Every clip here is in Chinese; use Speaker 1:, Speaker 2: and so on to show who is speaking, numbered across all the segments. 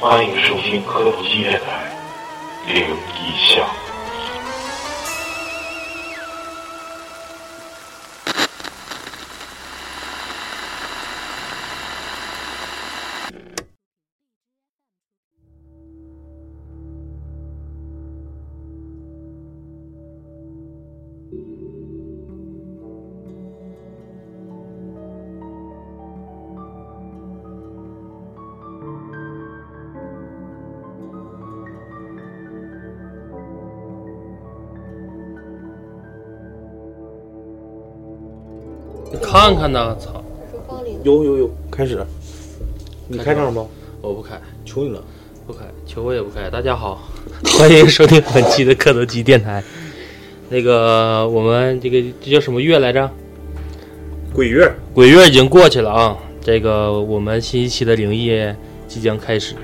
Speaker 1: 欢迎收听科普系电台《灵异巷》。
Speaker 2: 你看看呐，操！
Speaker 3: 有有有，开始。你
Speaker 2: 开
Speaker 3: 开
Speaker 2: 场
Speaker 3: 场吧，
Speaker 2: 我不开，
Speaker 3: 求你了。
Speaker 2: 不开，球我也不开。大家好， 欢迎收听本期的磕头机电台。那个，我们这个这叫什么月来着？
Speaker 3: 鬼月，
Speaker 2: 鬼月已经过去了啊。这个我们新一期的灵异即将开始。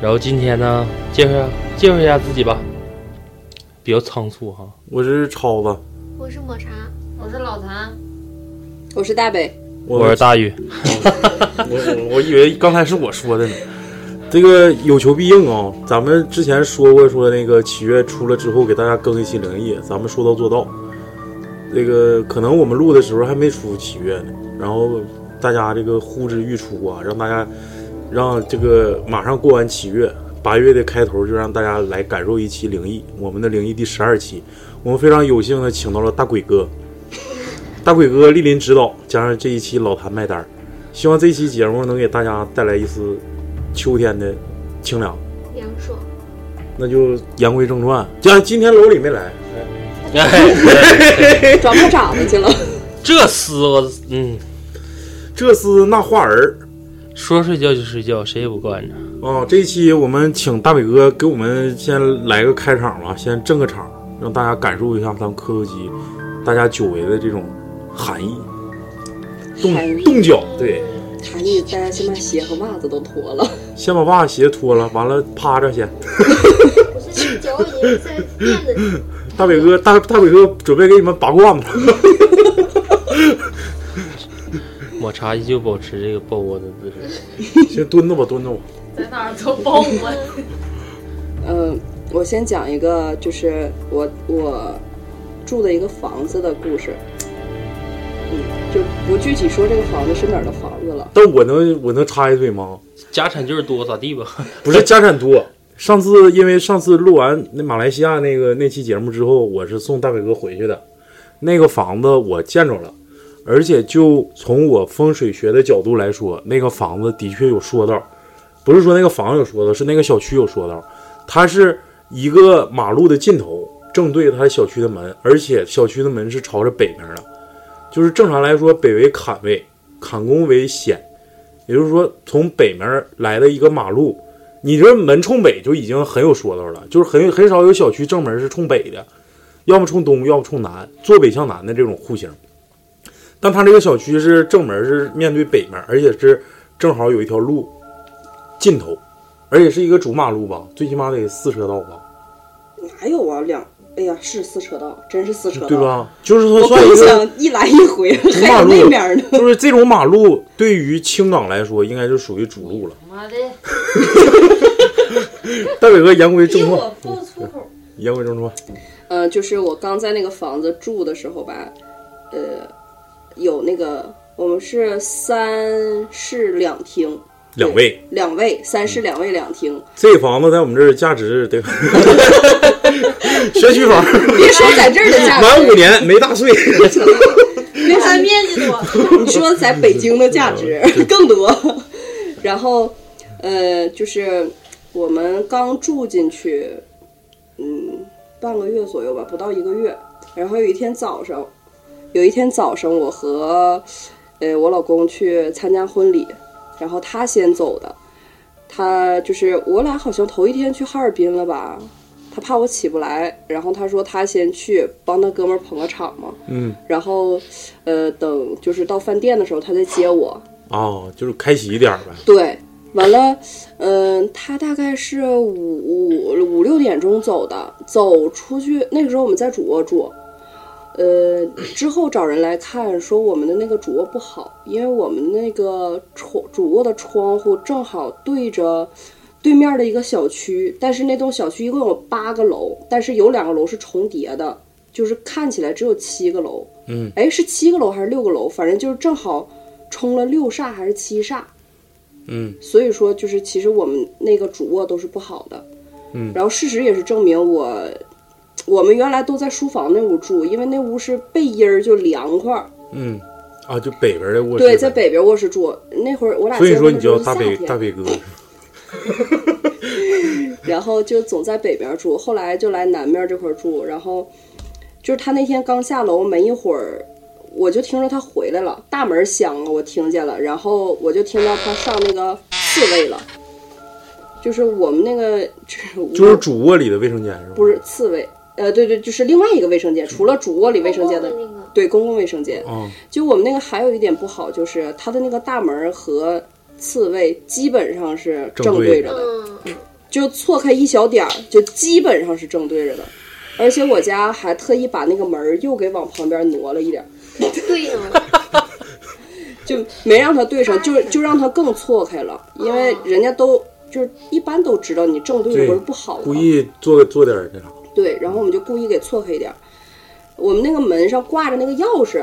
Speaker 2: 然后今天呢，介绍介绍一下自己吧，比较仓促哈。
Speaker 3: 我是超子，
Speaker 4: 我是抹茶，
Speaker 5: 我是老谭，
Speaker 6: 我是大北，
Speaker 2: 我是大 宇，
Speaker 3: 我 我我以为刚才是我说的呢。这个有求必应啊，咱们之前说过，说那个七月出了之后给大家更一期灵异，咱们说到做到。这个可能我们录的时候还没出七月呢，然后大家这个呼之欲出啊，让大家让这个马上过完七月，八月的开头就让大家来感受一期灵异，我们的灵异第十二期，我们非常有幸的请到了大鬼哥，大鬼哥莅临指导，加上这一期老谭卖单儿。希望这期节目能给大家带来一丝秋天的清凉。
Speaker 4: 凉爽。
Speaker 3: 那就言归正传，既然今天楼里没来，
Speaker 6: 转裤衩子去了。
Speaker 2: 这厮我嗯，
Speaker 3: 这是那话儿
Speaker 2: 说睡觉就睡觉，谁也不惯着。
Speaker 3: 啊、这一期我们请大伟哥给我们先来个开场吧，先正个场，让大家感受一下咱们磕头机大家久违的这种含义。动
Speaker 6: 含义
Speaker 3: 动脚，对，
Speaker 6: 韩愈，大家先把鞋和袜子都脱了。
Speaker 3: 先把袜子鞋脱了，完了趴着先。
Speaker 4: 不是脚已经在垫子里，
Speaker 3: 大伟哥，大大伟哥准备给你们拔罐子。
Speaker 2: 抹茶依旧保持这个抱窝的姿势。
Speaker 3: 先蹲着吧，蹲着吧。
Speaker 5: 在哪儿都抱我。
Speaker 6: 嗯、我先讲一个，就是我我住的一个房子的故事。嗯，就不具体说这个房子是哪儿的房子了。
Speaker 3: 但我能我能插一嘴吗？
Speaker 2: 家产就是多，咋地吧？
Speaker 3: 不是家产多。上次因为上次录完那马来西亚那个那期节目之后，我是送大伟哥回去的，那个房子我见着了，而且就从我风水学的角度来说，那个房子的确有说道，不是说那个房子有说道，是那个小区有说道，它是一个马路的尽头，正对它小区的门，而且小区的门是朝着北面的，就是正常来说北为坎位，坎宫为险，也就是说从北面来的一个马路。你这门冲北就已经很有说头了，就是很很少有小区正门是冲北的，要么冲东，要么冲南，坐北向南的这种户型。但他这个小区是正门是面对北面，而且是正好有一条路尽头，而且是一个主马路吧，最起码得四车道吧，
Speaker 6: 哪有啊？两，哎呀，是四车道，真是四车道，
Speaker 3: 对？吧？就是说
Speaker 6: 我
Speaker 3: 算
Speaker 6: 本
Speaker 3: 一个
Speaker 6: 想一来一回，
Speaker 3: 主
Speaker 6: 还
Speaker 3: 马
Speaker 6: 有
Speaker 3: 路
Speaker 6: 那边呢。
Speaker 3: 就是这种马路对于青港来说，应该是属于主路了。
Speaker 5: 妈的，
Speaker 6: 哎
Speaker 3: 大伟哥言归正
Speaker 5: 逼
Speaker 3: 传
Speaker 5: 我，爆粗口。
Speaker 6: 嗯
Speaker 3: 言归正传，
Speaker 6: 呃，就是我刚在那个房子住的时候吧，呃，有那个我们是三室两厅，
Speaker 3: 两位。
Speaker 6: 两卫，三室两卫两厅，
Speaker 3: 这房子在我们这儿价值得学区房，
Speaker 6: 别说在这儿的价
Speaker 3: 满五
Speaker 6: 值，
Speaker 3: 年没大 税，
Speaker 6: 别说
Speaker 5: 占面积多，
Speaker 6: 你说在北京的价值更多。然后，呃，就是我们刚住进去，嗯，半个月左右吧，不到一个月。然后有一天早上，有一天早上，我和呃我老公去参加婚礼，然后他先走的。他就是我俩好像头一天去哈尔滨了吧，他怕我起不来，然后他说他先去帮他哥们儿捧个场嘛。
Speaker 3: 嗯
Speaker 6: 然后，呃，等就是到饭店的时候，他再接我。
Speaker 3: 啊，就是开席一点儿呗，
Speaker 6: 对，完了，嗯、他大概是五五五六点钟走的，走出去那个时候我们在主卧住，呃，之后找人来看，说我们的那个主卧不好，因为我们那个窗主卧的窗户正好对着对面的一个小区，但是那栋小区一共有八个楼，但是有两个楼是重叠的，就是看起来只有七个楼。
Speaker 3: 嗯，
Speaker 6: 哎，是七个楼还是六个楼？反正就是正好冲了六煞还是七煞。
Speaker 3: 嗯，
Speaker 6: 所以说就是其实我们那个主卧都是不好的。
Speaker 3: 嗯
Speaker 6: 然后事实也是证明我，我们原来都在书房那屋住，因为那屋是背阴儿就凉快儿。
Speaker 3: 嗯，啊，就北边的卧室呗。
Speaker 6: 对，在北边卧室住，那会儿我俩
Speaker 3: 所以
Speaker 6: 结
Speaker 3: 说
Speaker 6: 婚
Speaker 3: 你
Speaker 6: 的时
Speaker 3: 叫
Speaker 6: 候是
Speaker 3: 大
Speaker 6: 夏
Speaker 3: 北大
Speaker 6: 天，
Speaker 3: 北哥，
Speaker 6: 然后就总在北边住，后来就来南面这块儿住，然后就是他那天刚下楼没一会儿，我就听着他回来了，大门响了，我听见了，然后我就听到他上那个次位了，就是我们那个就是我
Speaker 3: 就是主卧里的卫生间是吧？
Speaker 6: 不是次位，呃，对对，就是另外一个卫生间，除了主卧里卫生间的
Speaker 5: 公，共的那个
Speaker 6: 对，公共卫生间。
Speaker 3: 啊，
Speaker 6: 就我们那个还有一点不好，就是它的那个大门儿和次位基本上是
Speaker 3: 正
Speaker 6: 正
Speaker 3: 对
Speaker 6: 对着的，
Speaker 5: 嗯，
Speaker 6: 就错开一小点儿，就基本上是正对着的。而且我家还特意把那个门儿又给往旁边挪了一点儿，
Speaker 5: 对上了，
Speaker 6: 就没让它对上，就就让它更错开了，因为人家都就是一般都知道你正对着
Speaker 3: 对
Speaker 6: 不是不好的
Speaker 3: 故
Speaker 6: 吗。
Speaker 3: 意做做点儿那啥，
Speaker 6: 对，然后我们就故意给错开一点儿。我们那个门上挂着那个钥匙，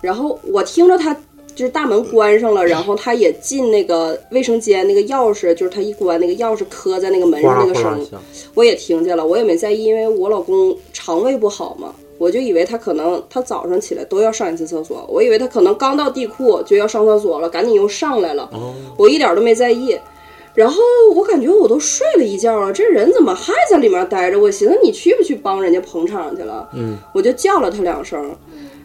Speaker 6: 然后我听着他就是大门关上了，然后他也进那个卫生间，那个钥匙就是他一关，那个钥匙磕在那个门
Speaker 3: 哗
Speaker 6: 上
Speaker 3: 啦
Speaker 6: 哎那个
Speaker 3: 哗啦
Speaker 6: 声，
Speaker 3: 响。
Speaker 6: 我也听见了，我也没在意，因为我老公肠胃不好嘛，我就以为他可能他早上起来都要上一次厕所，我以为他可能刚到地库就要上厕所了，赶紧又上来了，
Speaker 3: 哦，
Speaker 6: 我一点都没在意。然后我感觉我都睡了一觉了，这人怎么还在里面待着？我寻思你去不去帮人家捧场去了？
Speaker 3: 嗯，
Speaker 6: 我就叫了他两声，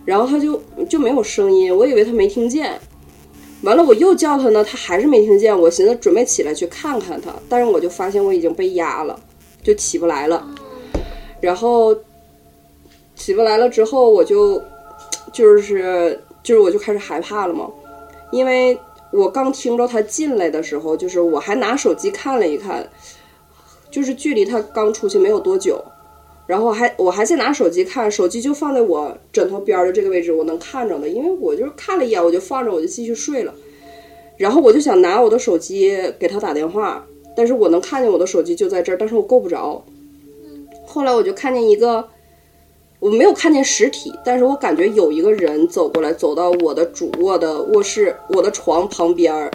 Speaker 6: 然后他就就没有声音，我以为他没听见。完了，我又叫他呢，他还是没听见。我寻思准备起来去看看他，但是我就发现我已经被压了，就起不来了。然后起不来了之后，我就就是就是我就开始害怕了嘛，因为我刚听着他进来的时候，就是我还拿手机看了一看，就是距离他刚出去没有多久，然后还我还在拿手机看，手机就放在我枕头边儿的这个位置，我能看着的，因为我就是看了一眼我就放着，我就继续睡了。然后我就想拿我的手机给他打电话，但是我能看见我的手机就在这儿，但是我够不着。后来我就看见一个，我没有看见实体，但是我感觉有一个人走过来，走到我的主卧的卧室，我的床旁边儿，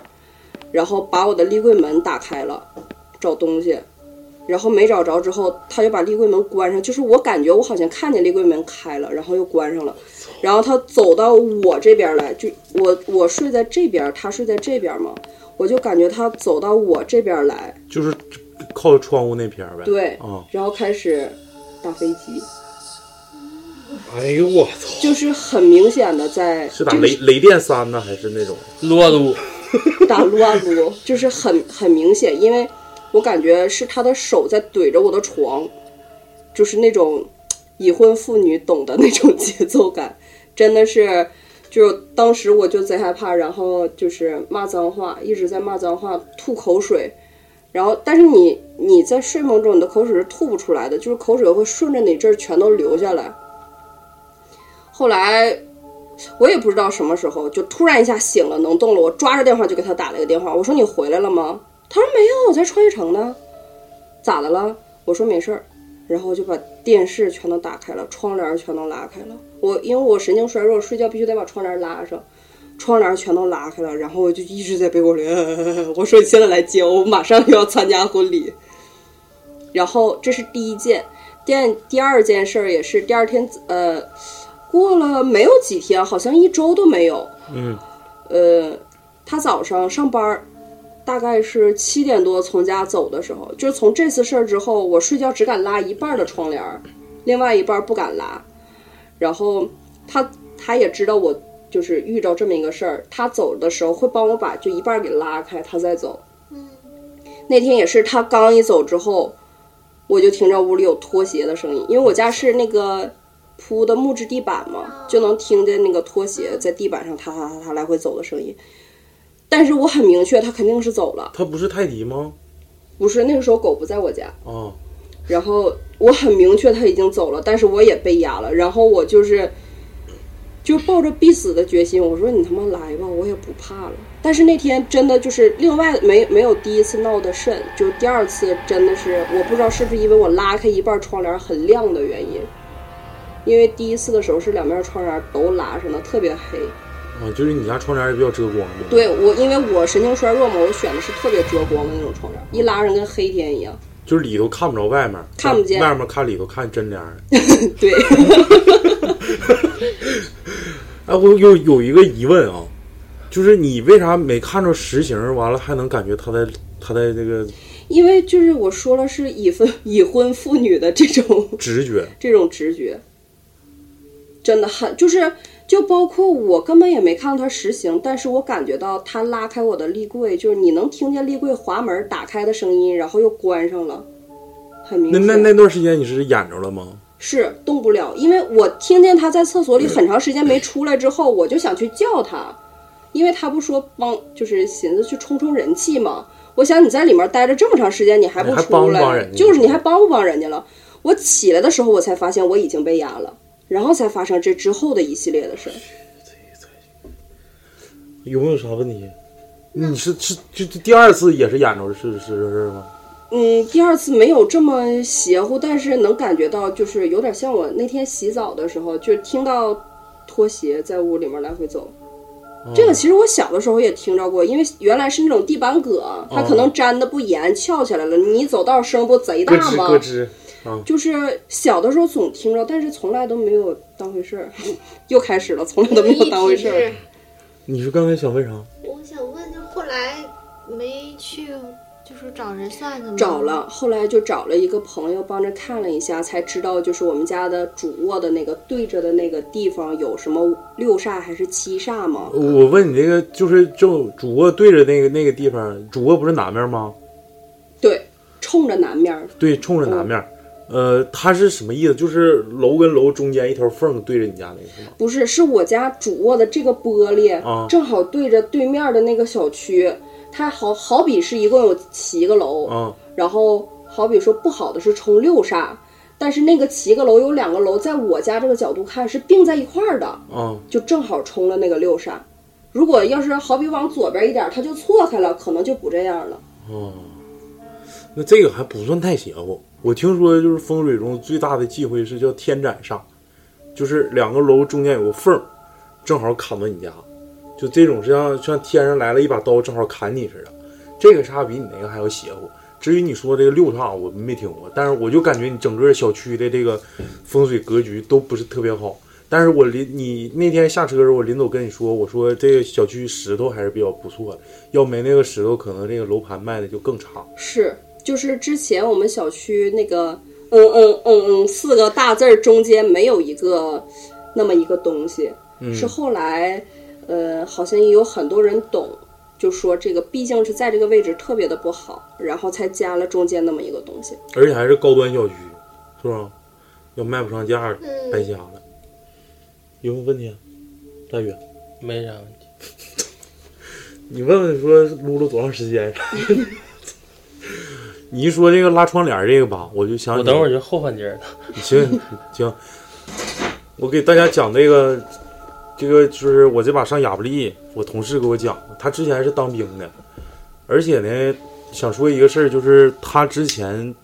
Speaker 6: 然后把我的立柜门打开了，找东西，然后没找着之后，他就把立柜门关上，就是我感觉我好像看见立柜门开了，然后又关上了，然后他走到我这边来，就我我睡在这边，他睡在这边嘛，我就感觉他走到我这边来，
Speaker 3: 就是靠窗户那片儿呗。
Speaker 6: 对，
Speaker 3: 啊，
Speaker 6: 然后开始打飞机。
Speaker 3: 哎呦我操！
Speaker 6: 就是很明显的在
Speaker 3: 是打雷雷电三呢，还是那种？
Speaker 2: 落都
Speaker 6: 打撸啊撸，就是很很明显，因为我感觉是他的手在怼着我的床，就是那种已婚妇女懂的那种节奏感，真的是，就当时我就贼害怕，然后就是骂脏话，一直在骂脏话，吐口水，然后但是你你在睡梦中，你的口水是吐不出来的，就是口水会顺着你这儿全都流下来。后来我也不知道什么时候，就突然一下醒了，能动了。我抓着电话就给他打了个电话，我说你回来了吗？他说没有，我在创业城呢。咋的了？我说没事儿，然后就把电视全都打开了，窗帘全都拉开了。我因为我神经衰弱，睡觉必须得把窗帘拉上，窗帘全都拉开了，然后我就一直在被窝里。 呃我说你现在来接我，我马上就要参加婚礼。然后这是第一件，第二第二件事儿也是第二天呃过了没有几天，好像一周都没有。
Speaker 3: 嗯，
Speaker 6: 呃，他早上上班儿，大概是七点多从家走的时候，就是从这次事儿之后，我睡觉只敢拉一半儿的窗帘儿，另外一半儿不敢拉。然后他他也知道我就是遇到这么一个事儿，他走的时候会帮我把就一半儿给拉开，他再走。那天也是他刚一走之后，我就听着屋里有拖鞋的声音，因为我家是那个铺的木质地板嘛，就能听见那个拖鞋在地板上踏踏踏踏来回走的声音。但是我很明确，他肯定是走了，
Speaker 3: 他不是泰迪吗？
Speaker 6: 不是那个时候狗不在我家，
Speaker 3: 啊，
Speaker 6: 然后我很明确他已经走了，但是我也被压了，然后我就是就抱着必死的决心，我说你他妈来吧，我也不怕了。但是那天真的就是另外没没有第一次闹得甚，就第二次真的是我不知道是不是因为我拉开一半窗帘很亮的原因，因为第一次的时候是两面窗帘都拉上的，特别黑。
Speaker 3: 啊，就是你家窗帘也比较遮光，吧
Speaker 6: 对我，因为我神经衰弱嘛，我选的是特别遮光的那种窗帘，一拉上跟黑天一样。
Speaker 3: 就是里头看不着外面，
Speaker 6: 看不见
Speaker 3: 外面看里头看真凉。
Speaker 6: 对，
Speaker 3: 哎，我有有一个疑问啊，就是你为啥没看着实形，完了还能感觉他在他在这个
Speaker 6: 因为就是我说了是已婚 已婚妇女的这种
Speaker 3: 直觉？
Speaker 6: 这种直觉，真的很就是就包括我根本也没看到他实行，但是我感觉到他拉开我的立柜，就是你能听见立柜滑门打开的声音，然后又关上了，很明
Speaker 3: 那
Speaker 6: 显。
Speaker 3: 那那段时间你是演着了吗？
Speaker 6: 是动不了，因为我听见他在厕所里很长时间没出来之后，我就想去叫他，因为他不说帮，就是寻思去冲冲人气嘛。我想你在里面待着这么长时间，你还不
Speaker 3: 你还帮
Speaker 6: 出
Speaker 3: 不
Speaker 6: 来，
Speaker 3: 帮人家
Speaker 6: 就是你还帮不帮人家了？我起来的时候，我才发现我已经被压了，然后才发生这之后的一系列的事儿。
Speaker 3: 有没有啥问题？你是是就就第二次也是演着是是是是吗？
Speaker 6: 嗯，第二次没有这么邪乎，但是能感觉到，就是有点像我那天洗澡的时候，就听到拖鞋在屋里面来回走。
Speaker 3: 啊
Speaker 6: 这
Speaker 3: 嗯
Speaker 6: 个其实我小的时候也听着过，因为原来是那种地板革，它可能粘的不严，翘起来了，你一走道声不贼
Speaker 3: 嗯咯
Speaker 6: 大
Speaker 3: 吱
Speaker 6: 吗？
Speaker 3: 咯吱，
Speaker 6: 就是小的时候总听着，但是从来都没有当回事儿。 又开始了，从来都没有
Speaker 5: 一
Speaker 6: 当回
Speaker 5: 体
Speaker 6: 事儿
Speaker 5: 质。，
Speaker 3: 你是刚才想问啥？
Speaker 4: 我想问，就后来没去，就是找人算的吗？
Speaker 6: 找了，后来就找了一个朋友帮着看了一下，才知道就是我们家的主卧的那个对着的那个地方有什么六煞还是七煞吗？
Speaker 3: 我问你这个就是正主卧对着那个那个地方，主卧不是南面吗？
Speaker 6: 对，冲着南面儿，
Speaker 3: 对，冲着南面。呃，它是什么意思？就是楼跟楼中间一条缝对着你家那个是吗？
Speaker 6: 不是，是我家主卧的这个玻璃、
Speaker 3: 啊
Speaker 6: 正好对着对面的那个小区，它好好比是一共有七个楼，
Speaker 3: 啊，
Speaker 6: 然后好比说不好的是冲六煞，但是那个七个楼有两个楼在我家这个角度看是并在一块儿的，
Speaker 3: 啊
Speaker 6: 就正好冲了那个六煞。如果要是好比往左边一点，它就错开了，可能就不这样了。
Speaker 3: 哦，那这个还不算太邪乎。我听说就是风水中最大的忌讳是叫天斩煞，就是两个楼中间有个缝儿，正好砍到你家，就这种是像像天上来了一把刀，正好砍你似的。这个煞比你那个还要邪乎。至于你说这个六煞，我没听过，但是我就感觉你整个小区的这个风水格局都不是特别好。但是我临你那天下车的时候，我临走跟你说，我说这个小区石头还是比较不错的，要没那个石头，可能这个楼盘卖的就更差。
Speaker 6: 是，就是之前我们小区那个嗯嗯嗯嗯四个大字儿中间没有一个那么一个东西，是后来呃好像也有很多人懂，就说这个毕竟是在这个位置特别的不好，然后才加了中间那么一个东西。
Speaker 3: 而且还是高端小区，是吧？要卖不上价，白瞎了。有没有问题啊，大宇？
Speaker 2: 没啥问题。
Speaker 3: 你问问说撸了多长时间？ 你一说这个拉窗帘这个吧，我就想
Speaker 2: 我等会儿就后半截儿了。
Speaker 3: 行行，我给大家讲这个，这个就是我这把上亚布力，我同事给我讲，他之前是当兵的，而且呢，想说一个事儿，就是他之前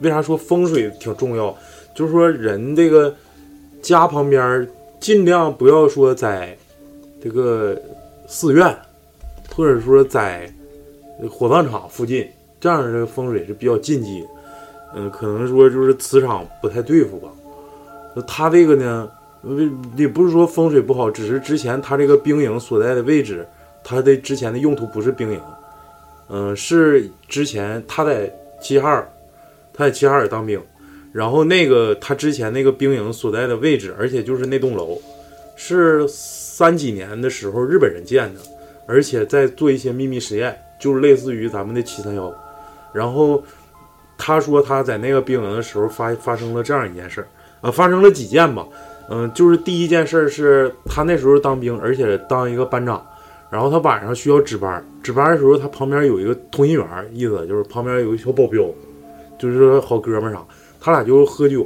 Speaker 3: 为啥说风水挺重要，就是说人这个家旁边儿尽量不要说在这个寺院，或者说在火葬场附近，这样的风水是比较禁忌的。嗯，可能说就是磁场不太对付吧。那他这个呢，为也不是说风水不好，只是之前他这个兵营所在的位置，他的之前的用途不是兵营，嗯、是之前他在齐齐哈尔，他在齐齐哈尔当兵，然后那个他之前那个兵营所在的位置，而且就是那栋楼，是三几年的时候日本人建的，而且在做一些秘密实验，就是类似于咱们的七三幺，然后。他说他在那个兵营的时候发发生了这样一件事儿，呃，发生了几件吧，嗯、就是第一件事儿是他那时候当兵，而且当一个班长，然后他晚上需要值班，值班的时候他旁边有一个通信员，意思就是旁边有一个小保镖，就是说好哥们儿啥，他俩就喝酒，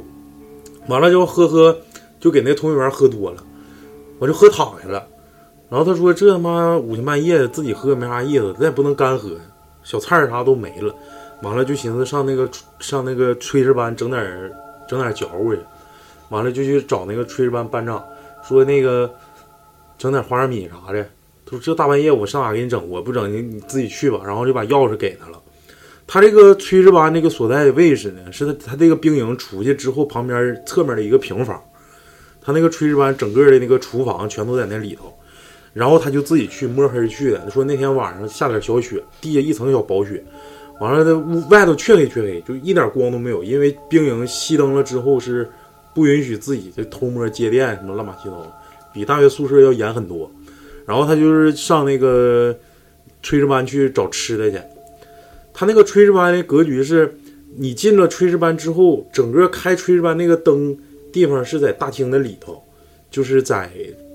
Speaker 3: 完了就喝喝，就给那通信员喝多了，我就喝躺下了。然后他说这他妈五更半夜自己喝也没啥意思，咱也不能干喝，小菜儿啥都没了。完了就寻思上那个上那个炊事班整点儿整点儿嚼乎去，完了就去找那个炊事班班长说那个整点儿花生米啥的。他说这大半夜我上哪给你整？我不整你你自己去吧。然后就把钥匙给他了。他这个炊事班这个所在的位置呢，是他他这个兵营出去之后旁边侧面的一个平房，他那个炊事班整个的那个厨房全都在那里头。然后他就自己去摸黑去的。说那天晚上下点小雪，地下一层小薄雪，完了这屋外头黢黑黢黑，就一点光都没有，因为兵营熄灯了之后是不允许自己这偷摸接电什么乱七八糟，比大学宿舍要严很多。然后他就是上那个炊事班去找吃的去。他那个炊事班的格局是，你进了炊事班之后，整个开炊事班那个灯地方是在大厅的里头，就是在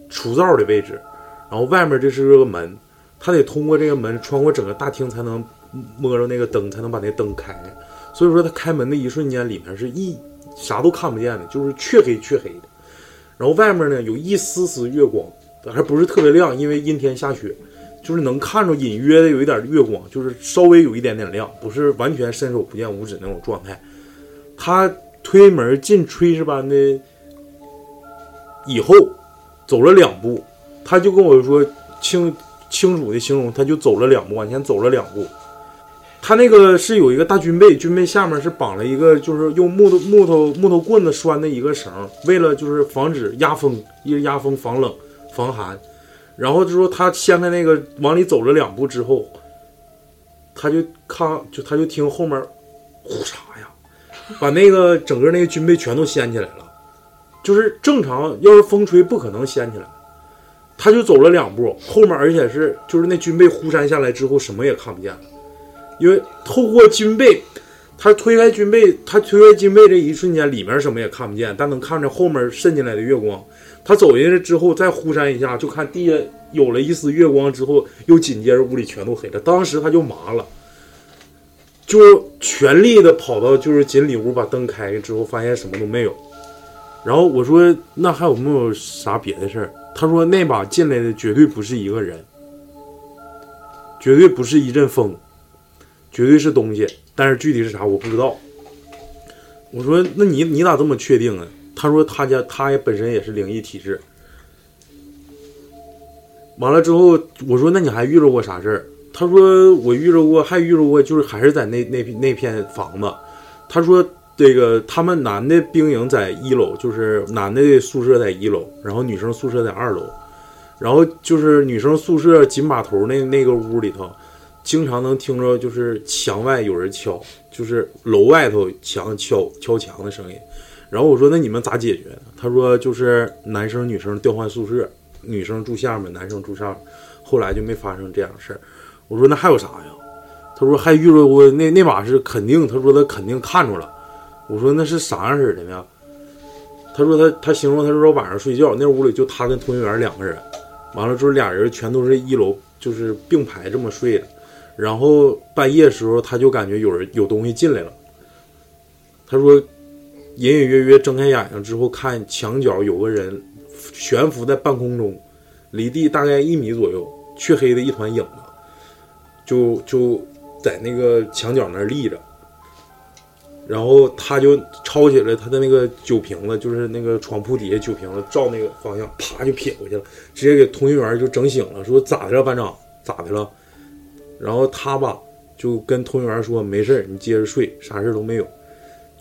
Speaker 3: 厨灶的位置。然后外面这是个门，他得通过这个门穿过整个大厅才能摸着那个灯，才能把那灯开。所以说他开门的一瞬间，里面是一啥都看不见的，就是黢黑黢黑的。然后外面呢有一丝丝月光，还不是特别亮，因为阴天下雪，就是能看着隐约的有一点月光，就是稍微有一点点亮，不是完全伸手不见五指那种状态。他推门进炊事班的以后，走了两步，他就跟我说清清楚的形容，他就走了两步，往前走了两步。他那个是有一个大军被，军被下面是绑了一个，就是用木头木头木头棍子拴的一个绳，为了就是防止压风，一是压风防冷防寒。然后就说他掀开那个往里走了两步之后，他就看就他就听后面呼嚓呀，把那个整个那个军被全都掀起来了。就是正常，要是风吹不可能掀起来。他就走了两步，后面而且是就是那军被忽扇下来之后，什么也看不见了，因为透过军被，他推开军被，他推开军被这一瞬间，里面什么也看不见，但能看着后面渗进来的月光。他走进去之后，再忽扇一下，就看地下有了一丝月光之后，又紧接着屋里全都黑了。当时他就麻了，就全力的跑到就是锦里屋把灯开开之后，发现什么都没有。然后我说：“那还有没有啥别的事儿？”他说：“那把进来的绝对不是一个人，绝对不是一阵风，绝对是东西，但是具体是啥我不知道。”我说：“那你你咋这么确定啊？”他说：“他家他也本身也是灵异体质。”完了之后，我说：“那你还遇着过啥事儿？”他说：“我遇着过，还遇着过，就是还是在那那那片房子。”他说这个他们男的兵营在一楼，就是男的宿舍在一楼，然后女生宿舍在二楼，然后就是女生宿舍紧把头那那个屋里头，经常能听着就是墙外有人敲，就是楼外头墙敲敲墙的声音。然后我说那你们咋解决呢？他说就是男生女生调换宿舍，女生住下面，男生住上面。后来就没发生这样的事儿。我说那还有啥呀？他说还遇着过那那把是肯定，他说他肯定看着了。我说那是啥样式的呢？他说他他形容他说晚上睡觉那屋里就他跟通讯员两个人，完了之后俩人全都是一楼就是并排这么睡的，然后半夜时候他就感觉有人有东西进来了。他说隐隐约约睁开眼睛之后看墙角有个人悬浮在半空中，离地大概一米左右，黢黑的一团影子，就就在那个墙角那儿立着。然后他就抄起来他的那个酒瓶子，就是那个床铺底下酒瓶子，照那个方向啪就撇过去了，直接给通讯员就整醒了，说咋的了班长，咋的了？然后他吧就跟通讯员说没事儿你接着睡，啥事儿都没有。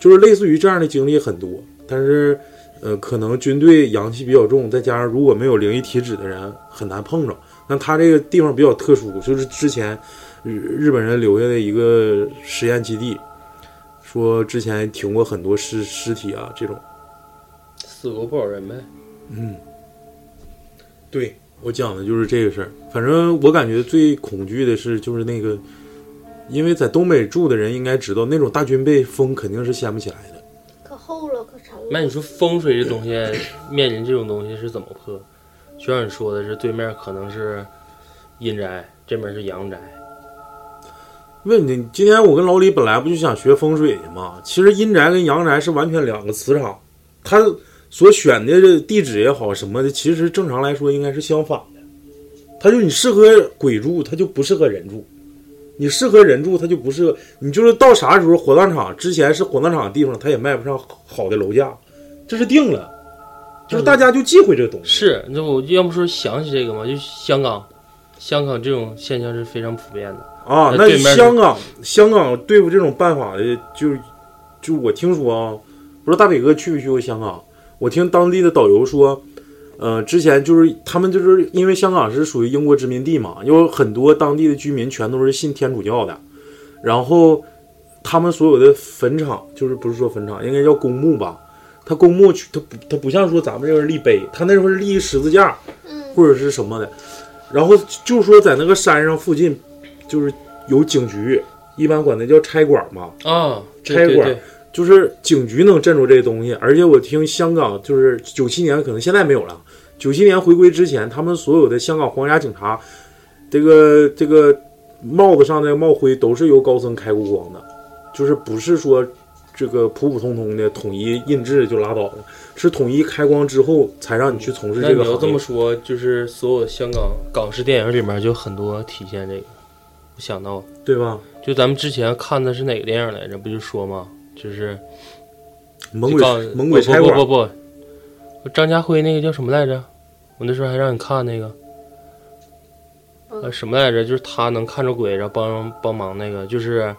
Speaker 3: 就是类似于这样的经历很多，但是呃，可能军队阳气比较重，再加上如果没有灵异体质的人很难碰着。那他这个地方比较特殊，就是之前日日本人留下的一个实验基地，说之前停过很多尸尸体啊，这种。
Speaker 2: 死狗不咬人呗。
Speaker 3: 对我讲的就是这个事儿。反正我感觉最恐惧的是，就是那个，因为在东北住的人应该知道，那种大军被风肯定是掀不起来的。
Speaker 4: 可厚了，可沉了。
Speaker 2: 那你说风水这东西，面临这种东西是怎么破？就像你说的是，对面可能是阴宅，这面是阳宅。
Speaker 3: 问你，今天我跟老李本来不就想学风水的吗？其实阴宅跟阳宅是完全两个磁场，它所选的这地址也好什么的，其实正常来说应该是相反的。他就你适合鬼住，他就不适合人住；你适合人住，他就不适合。你就是到啥时候火葬场之前是火葬场的地方，他也卖不上好的楼价，这是定了。就是大家就忌讳这个东西。
Speaker 2: 是，那我要不说想起这个嘛，就香港，香港这种现象是非常普遍的。
Speaker 3: 啊，
Speaker 2: 那
Speaker 3: 那
Speaker 2: 对面是
Speaker 3: 香港香港对付这种办法的，就就我听说啊，不知道大北哥去没去过香港？我听当地的导游说，呃，之前就是他们就是因为香港是属于英国殖民地嘛，有很多当地的居民全都是信天主教的，然后他们所有的坟场就是不是说坟场，应该叫公墓吧？他公墓去，他不他不像说咱们这边立碑，他那时候是立一十字架，
Speaker 4: 嗯，
Speaker 3: 或者是什么的。然后就说在那个山上附近，就是有警局，一般管那叫差馆嘛，
Speaker 2: 啊，对
Speaker 3: 拆
Speaker 2: 对
Speaker 3: 馆
Speaker 2: 对
Speaker 3: 就是警局能镇住这东西。而且我听香港就是九七年，可能现在没有了，九七年回归之前，他们所有的香港皇家警察，这个这个帽子上的帽徽都是由高僧开过光的，就是不是说。这个普普通通的统一印制就拉倒了，是统一开光之后才让你去从事
Speaker 2: 那
Speaker 3: 这
Speaker 2: 你
Speaker 3: 个
Speaker 2: 要这
Speaker 3: 行
Speaker 2: 么
Speaker 3: 业。
Speaker 2: 说，就是所有香港港式电影里面就很多体现这个。我想到，
Speaker 3: 对吧？
Speaker 2: 就咱们之前看的是哪个电影来着？不就说嘛，就是
Speaker 3: 猛
Speaker 2: 就告哦
Speaker 3: 鬼猛鬼
Speaker 2: 不
Speaker 3: 差
Speaker 2: 不
Speaker 3: 馆，
Speaker 2: 不不不，张家辉那个叫什么来着？我那时候还让你看那个，呃，什么来着？就是他能看着鬼，然后帮帮忙那个，就是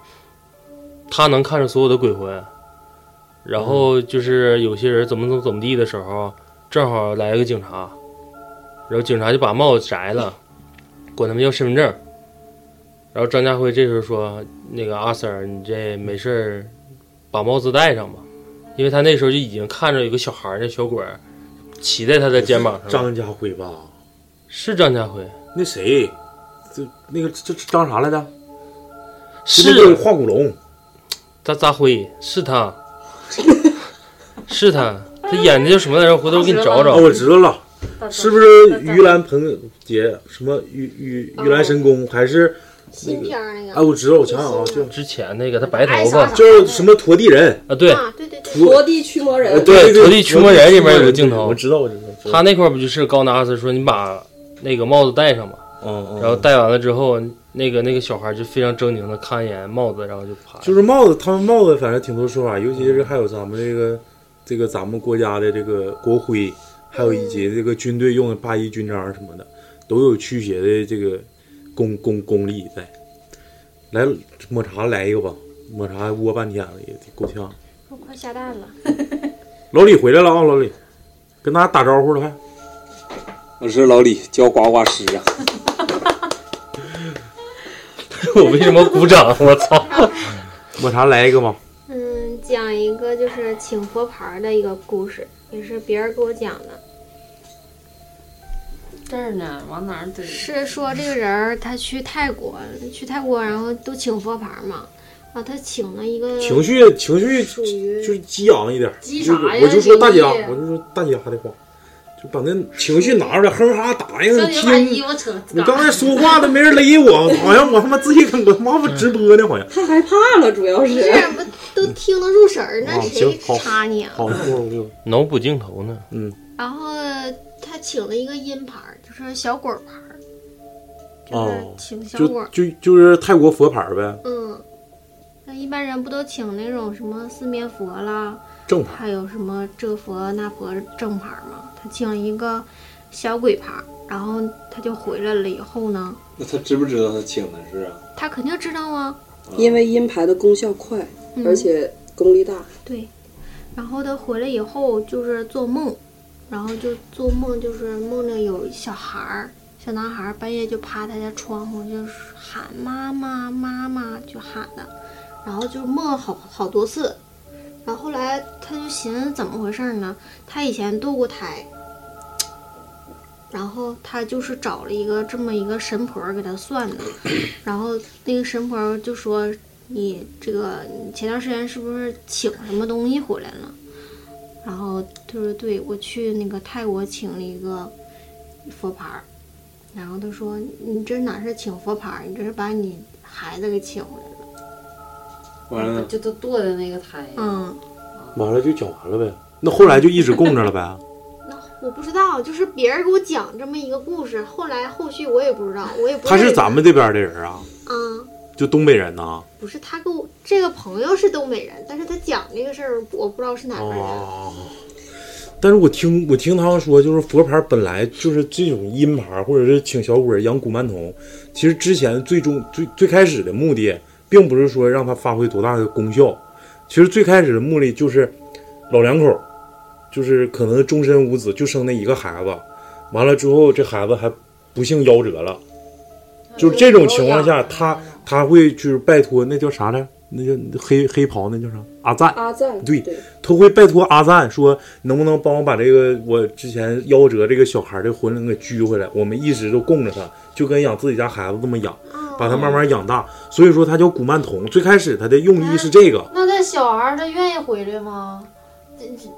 Speaker 2: 他能看着所有的鬼魂。然后就是有些人怎么怎么怎么地的时候，正好来个警察，然后警察就把帽子摘了，管他们要身份证。然后张家辉这时候说：“那个阿 Sir，你这没事儿，把帽子戴上吧。”因为他那时候就已经看着有个小孩儿，那小鬼儿骑在他的肩膀上了。
Speaker 3: 张家辉吧？
Speaker 2: 是张家辉，
Speaker 3: 那谁，这那个这这张啥来着？
Speaker 2: 是啊
Speaker 3: 就那个画骨龙，
Speaker 2: 扎扎辉是他，是他，他演的叫什么来着？回头我给你找
Speaker 3: 啊，
Speaker 2: 找。
Speaker 3: 我知道了，是不是盂兰盆节？什么盂盂盂兰神功？还是
Speaker 4: 新片儿那
Speaker 3: 哎，
Speaker 4: 个
Speaker 3: 我知道，我想想啊，就
Speaker 2: 之前那个他白
Speaker 5: 爱
Speaker 2: 头
Speaker 5: 上
Speaker 2: 发
Speaker 5: 啥
Speaker 3: 就是什么陀地人，
Speaker 2: 啊，对
Speaker 4: 啊，对对对，
Speaker 6: 佛地驱魔人，
Speaker 2: 呃对
Speaker 3: 呃对，
Speaker 2: 陀地驱魔人里边有个镜头
Speaker 3: 我知道，我知道，我知道
Speaker 2: 他那块儿不就是高达斯说你把那个帽子戴上吧，
Speaker 3: 嗯嗯，
Speaker 2: 然后戴完了之后，那个那个小孩就非常狰狞的看一眼帽子，然后就爬。
Speaker 3: 就是帽子，他们帽子反正挺多说法，尤其是还有咱们这个这个咱们国家的这个国徽，还有以及这个军队用的八一军章什么的，都有驱邪的这个功功功力在。来抹茶来一个吧，抹茶窝半天了也够呛。
Speaker 4: 我快下蛋了。
Speaker 3: 老李回来了啊，老李，跟大家打招呼了，还
Speaker 7: 我是老李，教呱呱师啊。
Speaker 2: 我为什么鼓掌？我操！
Speaker 3: 抹茶来一个吧。
Speaker 4: 嗯，讲一个就是请佛牌儿的一个故事，也是别人给我讲的。
Speaker 5: 这儿呢，往哪儿怼？
Speaker 4: 是说这个人儿他去泰国，去泰国然后都请佛牌儿嘛，啊，他请了一个
Speaker 3: 情绪情绪
Speaker 4: 属于
Speaker 3: 就是激昂一点儿，
Speaker 5: 激
Speaker 3: 就是
Speaker 5: 啥呀
Speaker 3: 我就说大家
Speaker 5: 激，
Speaker 3: 我就说大家的话，就把那情绪拿出来，哼哈打应
Speaker 5: 这
Speaker 3: 听。
Speaker 5: 就把衣服扯。
Speaker 3: 我刚才说话都没人勒我，好像我他妈自己跟我他妈直播呢，好像。
Speaker 6: 太害怕了，主要是
Speaker 4: 这不都听得入神儿，那
Speaker 3: 啊
Speaker 4: 谁
Speaker 3: 行好
Speaker 4: 插你啊？
Speaker 3: 好，我
Speaker 2: 脑补镜头 呢？
Speaker 4: 然后他请了一个阴牌儿，就是小鬼儿牌儿，就是
Speaker 5: 嗯
Speaker 3: 哦
Speaker 4: 请小
Speaker 3: 就
Speaker 4: 鬼儿。
Speaker 3: 就就是泰国佛牌呗，
Speaker 4: 嗯，那一般人不都请那种什么四面佛啦，
Speaker 3: 正牌。
Speaker 4: 还有什么这佛那佛正牌儿吗？他请了一个小鬼牌儿，然后他就回来了以后呢，
Speaker 7: 那他知不知道他请的是啊？
Speaker 4: 他肯定知道啊，
Speaker 6: 因为阴牌的功效快，
Speaker 4: 嗯、
Speaker 6: 而且功力大，
Speaker 4: 对，然后他回来以后就是做梦，然后就做梦就是梦着有小孩儿，小男孩儿半夜就趴他家窗户就是喊妈妈妈妈就喊的，然后就梦好好多次，然后后来他就寻思怎么回事儿呢？他以前堕过胎。然后他就是找了一个这么一个神婆儿给他算的，然后那个神婆儿就说你这个你前段时间是不是请什么东西回来了？然后他说对我去那个泰国请了一个佛牌儿，然后他说你这哪是请佛牌儿，你这是把你孩子给请回来了。
Speaker 7: 完了呢，
Speaker 5: 就都剁的那个胎。
Speaker 4: 嗯，
Speaker 3: 完了就讲完了呗。那后来就一直供着了呗。
Speaker 4: 我不知道，就是别人给我讲这么一个故事，后来后续我也不知道，我也不
Speaker 3: 他
Speaker 4: 认
Speaker 3: 是
Speaker 4: 识
Speaker 3: 咱们这边的人啊，
Speaker 4: 啊、
Speaker 3: 就东北人呐。
Speaker 4: 不是他给我这个朋友是东北人，但是他讲这个事儿，我不知道是哪边人。
Speaker 3: 哦。但是我听我听他们说，就是佛牌本来就是这种阴牌，或者是请小鬼儿养古曼童，其实之前最终最最开始的目的，并不是说让它发挥多大的功效，其实最开始的目的就是老两口儿，就是可能终身无子，就生那一个孩子，完了之后这孩子还不幸夭折了，就是这种情况下，他他会就是拜托那叫啥来，那叫黑黑袍那叫啥阿赞。
Speaker 6: 阿赞
Speaker 3: 对
Speaker 6: 对，
Speaker 3: 他会拜托阿赞说，能不能帮我把这个我之前夭折这个小孩的魂灵给拘回来？我们一直都供着他，就跟养自己家孩子这么养，
Speaker 4: 嗯
Speaker 3: 把他慢慢养大。所以说他叫古曼童，最开始他的用意是这个。
Speaker 8: 那这小孩儿他愿意回来吗？这这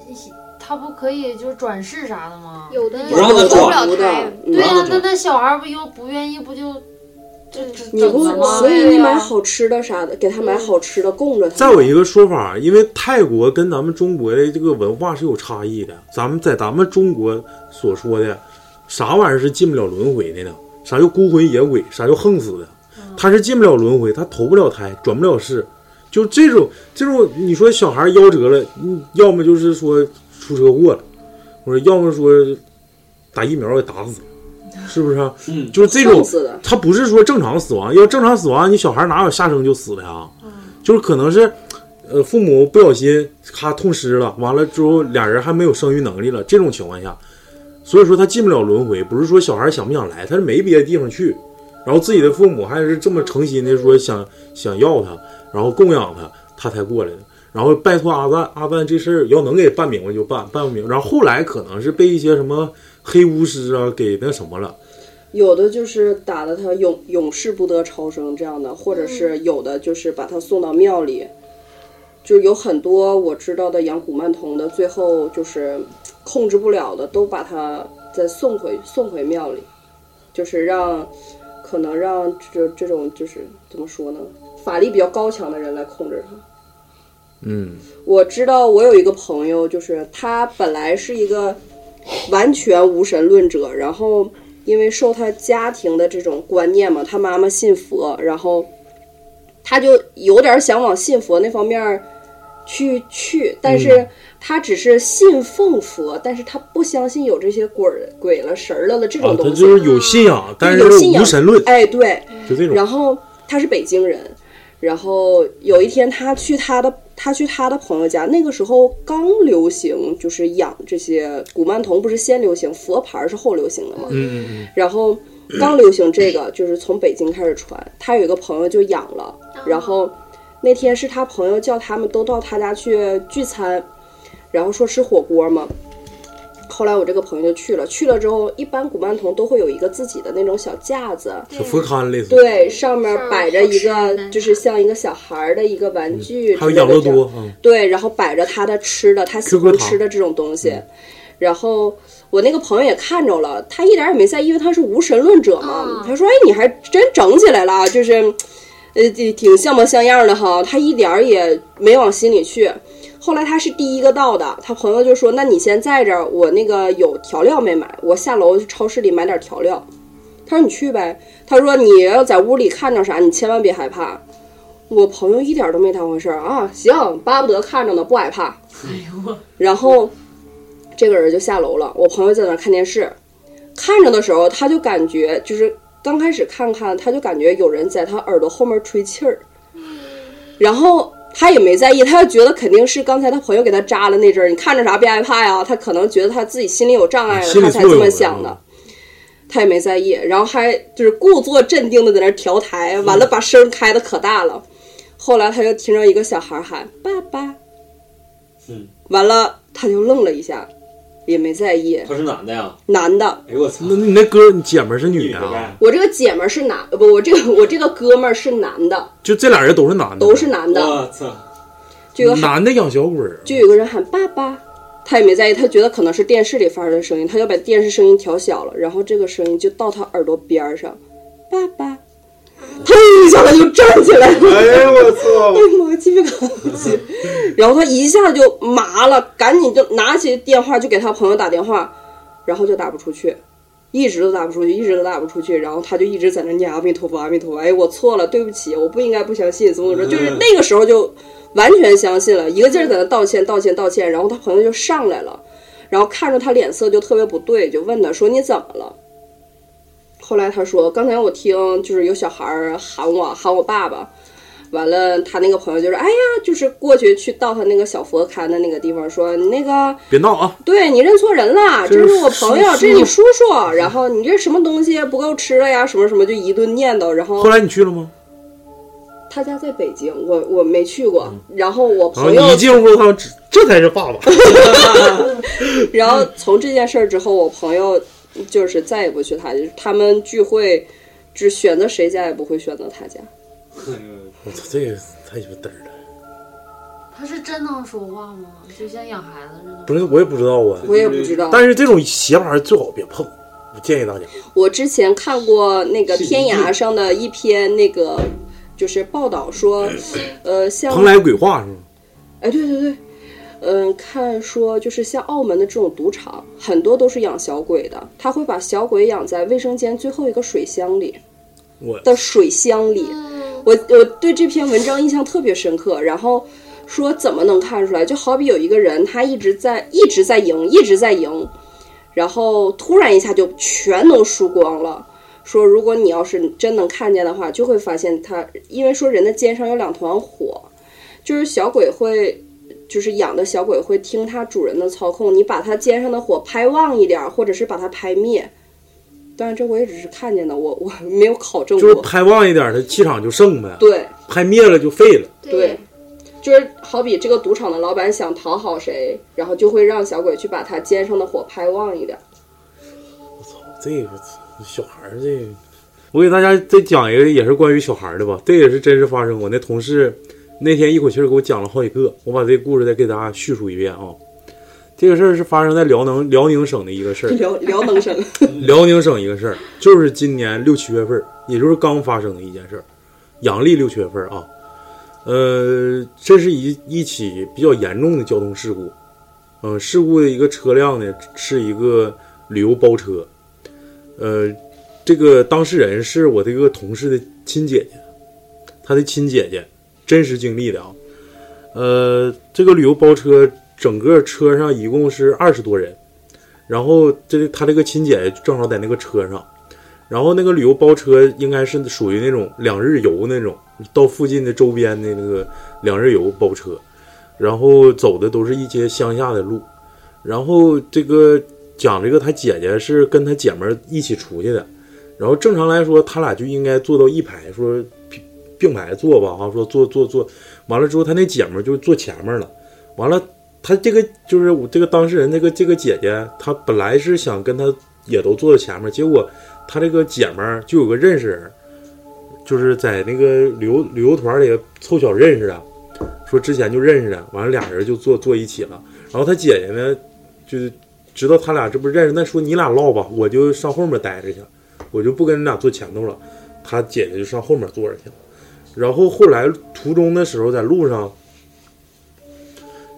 Speaker 8: 他不可以就是转世啥的吗？
Speaker 4: 有的
Speaker 7: 不让他
Speaker 4: 人投不
Speaker 7: 转
Speaker 4: 了胎，
Speaker 6: 嗯
Speaker 7: 不
Speaker 8: 对
Speaker 7: 让
Speaker 8: 呀、
Speaker 7: 他
Speaker 8: 那
Speaker 7: 转，
Speaker 8: 那小孩儿不就不愿意不就这这
Speaker 6: 你不
Speaker 8: 整了吗？
Speaker 6: 所以
Speaker 8: 对
Speaker 6: 你
Speaker 8: 呀嗯
Speaker 6: 买好吃的啥的，给他买好吃的供着他。
Speaker 3: 再有一个说法，因为泰国跟咱们中国的这个文化是有差异的，咱们在咱们中国所说的啥玩意儿是进不了轮回的呢？啥叫孤魂野鬼？啥叫横死的？他是进不了轮回，他投不了胎，转不了世。就这种这种，你说小孩夭折了，嗯要么就是说出车祸了，或者要么说打疫苗给打死了，是不是啊？
Speaker 7: 嗯
Speaker 3: 就是这种
Speaker 6: 横死的，
Speaker 3: 他不是说正常死亡，要正常死亡，你小孩哪有下生就死的啊？就是可能是，呃，父母不小心咔痛失了，完了之后俩人还没有生育能力了，这种情况下，所以说他进不了轮回，不是说小孩想不想来，他是没别的地方去，然后自己的父母还是这么诚心的说想想要他，然后供养他，他才过来的。然后拜托阿赞，阿赞这事儿要能给办明白就办，办不明白。然后后来可能是被一些什么黑巫师啊给那什么了，
Speaker 6: 有的就是打的他永永世不得超生这样的，或者是
Speaker 8: 嗯
Speaker 6: 有的就是把他送到庙里，就是有很多我知道的养古曼童的，最后就是控制不了的，都把他再送回送回庙里，就是让可能让这这种就是怎么说呢，法力比较高强的人来控制他。
Speaker 3: 嗯。
Speaker 6: 我知道我有一个朋友，就是他本来是一个完全无神论者，然后因为受他家庭的这种观念嘛，他妈妈信佛，然后他就有点想往信佛那方面儿去去，但
Speaker 3: 嗯
Speaker 6: 是他只是信奉佛，但是他不相信有这些鬼儿鬼了神儿了的这
Speaker 3: 啊
Speaker 6: 种，
Speaker 3: 他
Speaker 6: 东西，
Speaker 3: 就是有信仰，但是
Speaker 6: 有信仰
Speaker 3: 无神论，
Speaker 6: 哎，对，
Speaker 3: 就这种
Speaker 6: 然后他是北京人，然后有一天他去他的他去他的朋友家，那个时候刚流行就是养这些古曼童，不是先流行佛牌是后流行的嘛，
Speaker 3: 嗯嗯
Speaker 6: 然后刚流行这个就是从北京开始传，他有一个朋友就养了，然后那天是他朋友叫他们都到他家去聚餐，然后说吃火锅嘛。后来我这个朋友就去了，去了之后，一般古曼童都会有一个自己的那种小架子，
Speaker 3: 嗯，小佛龛类似，
Speaker 6: 对，上面
Speaker 4: 上面
Speaker 6: 摆
Speaker 4: 好
Speaker 6: 着一
Speaker 4: 吃
Speaker 6: 个
Speaker 4: 的
Speaker 6: 就是像一个小孩儿的一个玩具，
Speaker 3: 还有养乐多。啊，嗯
Speaker 6: 对，然后摆着他的吃的，他喜
Speaker 3: QQ
Speaker 6: 欢
Speaker 3: 糖
Speaker 6: 吃的这种东西。然后我那个朋友也看着了，他一点儿也没在意，因为他是无神论者嘛。
Speaker 4: 啊
Speaker 6: 他说：“哎，你还真整起来了，就是，呃，挺挺像模像样的哈。”他一点儿也没往心里去。后来他是第一个到的，他朋友就说：“那你先在这儿，我那个有调料没买，我下楼去超市里买点调料。”他说：“你去呗。”他说：“你要在屋里看着啥，你千万别害怕。”我朋友一点都没当回事儿啊，行，巴不得看着呢，不害怕。然后这个人就下楼了，我朋友在那看电视，看着的时候，他就感觉就是刚开始看看，他就感觉有人在他耳朵后面吹气儿，然后。他也没在意，他就觉得肯定是刚才他朋友给他扎了那针儿。你看着啥别害怕呀？他可能觉得他自己心里有障碍了，
Speaker 3: 心理
Speaker 6: 他才
Speaker 3: 作
Speaker 6: 这
Speaker 3: 用
Speaker 6: 么
Speaker 3: 了
Speaker 6: 想
Speaker 3: 嗯
Speaker 6: 的。他也没在意，然后还就是故作镇定的在那儿调台，完了把声开的可大了。后来他就听着一个小孩喊“爸爸”，
Speaker 7: 嗯，
Speaker 6: 完了他就愣了一下，也没在意。
Speaker 7: 他是男的呀？
Speaker 6: 男的，
Speaker 7: 哎呦我操，
Speaker 3: 那你那哥你姐们儿是女
Speaker 7: 女
Speaker 3: 的
Speaker 7: 的
Speaker 3: 啊？
Speaker 7: 呗，
Speaker 6: 我这个姐们儿是男，不，我这个我这个哥们儿是男的，
Speaker 3: 就这俩人都是男的，
Speaker 6: 都是男的。
Speaker 7: 我操，
Speaker 6: 就有个
Speaker 3: 嗯男的养小鬼儿，啊
Speaker 6: 就有个人喊爸爸，他也没在意，他觉得可能是电视里发出的声音，他就把电视声音调小了，然后这个声音就到他耳朵边儿上，爸爸。砰一下他就站起来了，
Speaker 7: 哎呦我 操！
Speaker 6: 哎妈，鸡皮疙瘩起，然后他一下就麻了，赶紧就拿起电话就给他朋友打电话，然后就打不出去，一直都打不出去，一直都打不出去，然后他就一直在那念阿弥陀佛，阿弥陀佛，哎，我错了，对不起，我不应该不相信，怎么怎么着，就是那个时候就完全相信了，一个劲儿在那道歉，道歉，道歉，然后他朋友就上来了，然后看着他脸色就特别不对，就问他说你怎么了？后来他说，刚才我听就是有小孩儿喊我喊我爸爸，完了他那个朋友就是哎呀，就是过去去到他那个小佛龛的那个地方说你那个
Speaker 3: 别闹啊！
Speaker 6: 对你认错人了，
Speaker 3: 这
Speaker 6: 这
Speaker 3: 是
Speaker 6: 是我朋友
Speaker 3: 叔，叔
Speaker 6: 这是你叔叔。然后你这什么东西不够吃了呀？什么什么就一顿念叨。然后
Speaker 3: 后来你去了吗？
Speaker 6: 他家在北京，我我没去过。然后我
Speaker 3: 嗯然后
Speaker 6: 朋友
Speaker 3: 啊你一进屋，他们只 这才是爸爸。嗯
Speaker 6: 然后从这件事儿之后，我朋友就是再也不去他家，就是他们聚会只选择谁家也不会选择他家。
Speaker 3: 我操，这个太鸡巴嘚儿了！
Speaker 8: 他是真能说话吗？就像养孩子似的。
Speaker 3: 不是，我也不知道啊。
Speaker 6: 我也不知道。
Speaker 3: 但是这种邪玩意儿最好别碰，我建议大家。
Speaker 6: 我之前看过那个天涯上的一篇那个就是报道说，呃，像
Speaker 3: 蓬莱鬼话是吗？
Speaker 6: 哎，对对对，嗯，看说就是像澳门的这种赌场，很多都是养小鬼的，他会把小鬼养在卫生间最后一个水箱里
Speaker 3: 我
Speaker 6: 的水箱里。
Speaker 4: 嗯
Speaker 6: 我我对这篇文章印象特别深刻，然后说怎么能看出来？就好比有一个人，他一直在一直在赢，一直在赢，然后突然一下就全都输光了。说如果你要是真能看见的话，就会发现他，因为说人的肩上有两团火，就是小鬼会，就是养的小鬼会听它主人的操控，你把它肩上的火拍旺一点儿，或者是把它拍灭。当然，这我也只是看见的，我我没有考证
Speaker 3: 就是
Speaker 6: 过。
Speaker 3: 拍旺一点，他气场就盛呗。
Speaker 6: 对，
Speaker 3: 拍灭了就废了。
Speaker 6: 对，就是好比这个赌场的老板想讨好谁，然后就会让小鬼去把他肩上的火拍旺一点。
Speaker 3: 我操，这个小孩儿这个，我给大家再讲一个，也是关于小孩儿的吧。这也是真实发生过。那同事那天一口气儿给我讲了好几个，我把这故事再给大家叙述一遍啊。这个事儿是发生在辽宁辽宁省的一个事儿，
Speaker 6: 聊聊能生，
Speaker 3: 辽宁省一个事儿，就是今年六七月份儿，也就是刚发生的一件事儿，阳历六七月份儿啊，呃，这是一一起比较严重的交通事故，呃，事故的一个车辆呢是一个旅游包车，呃，这个当事人是我的一个同事的亲姐姐，她的亲姐姐，真实经历的啊，呃，这个旅游包车整个车上一共是二十多人。然后这他这个亲姐正好在那个车上，然后那个旅游包车应该是属于那种两日游那种，到附近的周边的那个两日游包车，然后走的都是一些乡下的路，然后这个讲这个他姐姐是跟他姐们儿一起出去的，然后正常来说他俩就应该坐到一排说并并排坐吧哈，说坐坐坐，完了之后他那姐们儿就坐前面了，完了。他这个就是我这个当事人，这个这个姐姐，她本来是想跟他也都坐在前面，结果她这个姐们儿就有个认识人，就是在那个旅游旅游团里凑巧认识的，说之前就认识的，完了俩人就坐坐一起了。然后她姐姐呢，就是知道他俩这不认识，那说你俩唠吧，我就上后面待着去，我就不跟你俩坐前头了。她姐姐就上后面坐着去了。然后后来途中的时候，在路上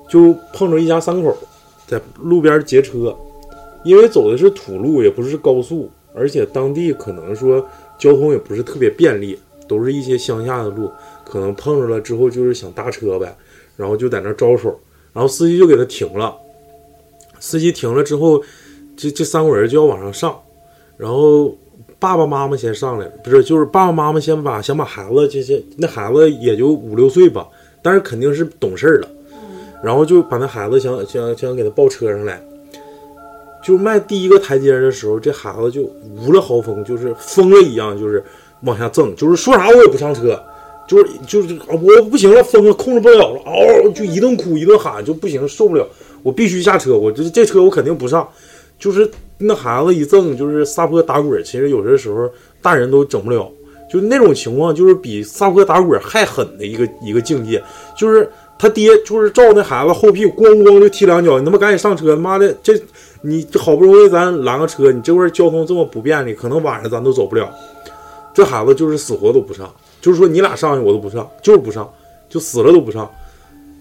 Speaker 3: 就碰着一家三口在路边劫车，因为走的是土路，也不是高速，而且当地可能说交通也不是特别便利，都是一些乡下的路，可能碰着了之后就是想搭车呗，然后就在那儿招手，然后司机就给他停了，司机停了之后，这这三口人就要往上上，然后。爸爸妈妈先上来了，不是，就是爸爸妈妈先把想把孩子这些，那孩子也就五六岁吧，但是肯定是懂事儿了，然后就把那孩子想想想给他抱车上来，就迈第一个台阶的时候，这孩子就无了豪风，就是疯了一样，就是往下蹭，就是说啥我也不上车，就是就是啊我不行了，疯了，控制不了了，嗷、就一顿哭一顿喊，就不行，受不了，我必须下车，我这这车我肯定不上，就是那孩子一蹭就是撒泼打滚，其实有些时候大人都整不了。就那种情况，就是比撒泼打滚还狠的一个一个境界，就是他爹就是照那孩子后屁股咣咣就踢两脚，你他妈赶紧上车，妈的这你这好不容易咱拦个车，你这会儿交通这么不便利，可能晚上咱都走不了。这孩子就是死活都不上，就是说你俩上去我都不上，就是不上，就死了都不上。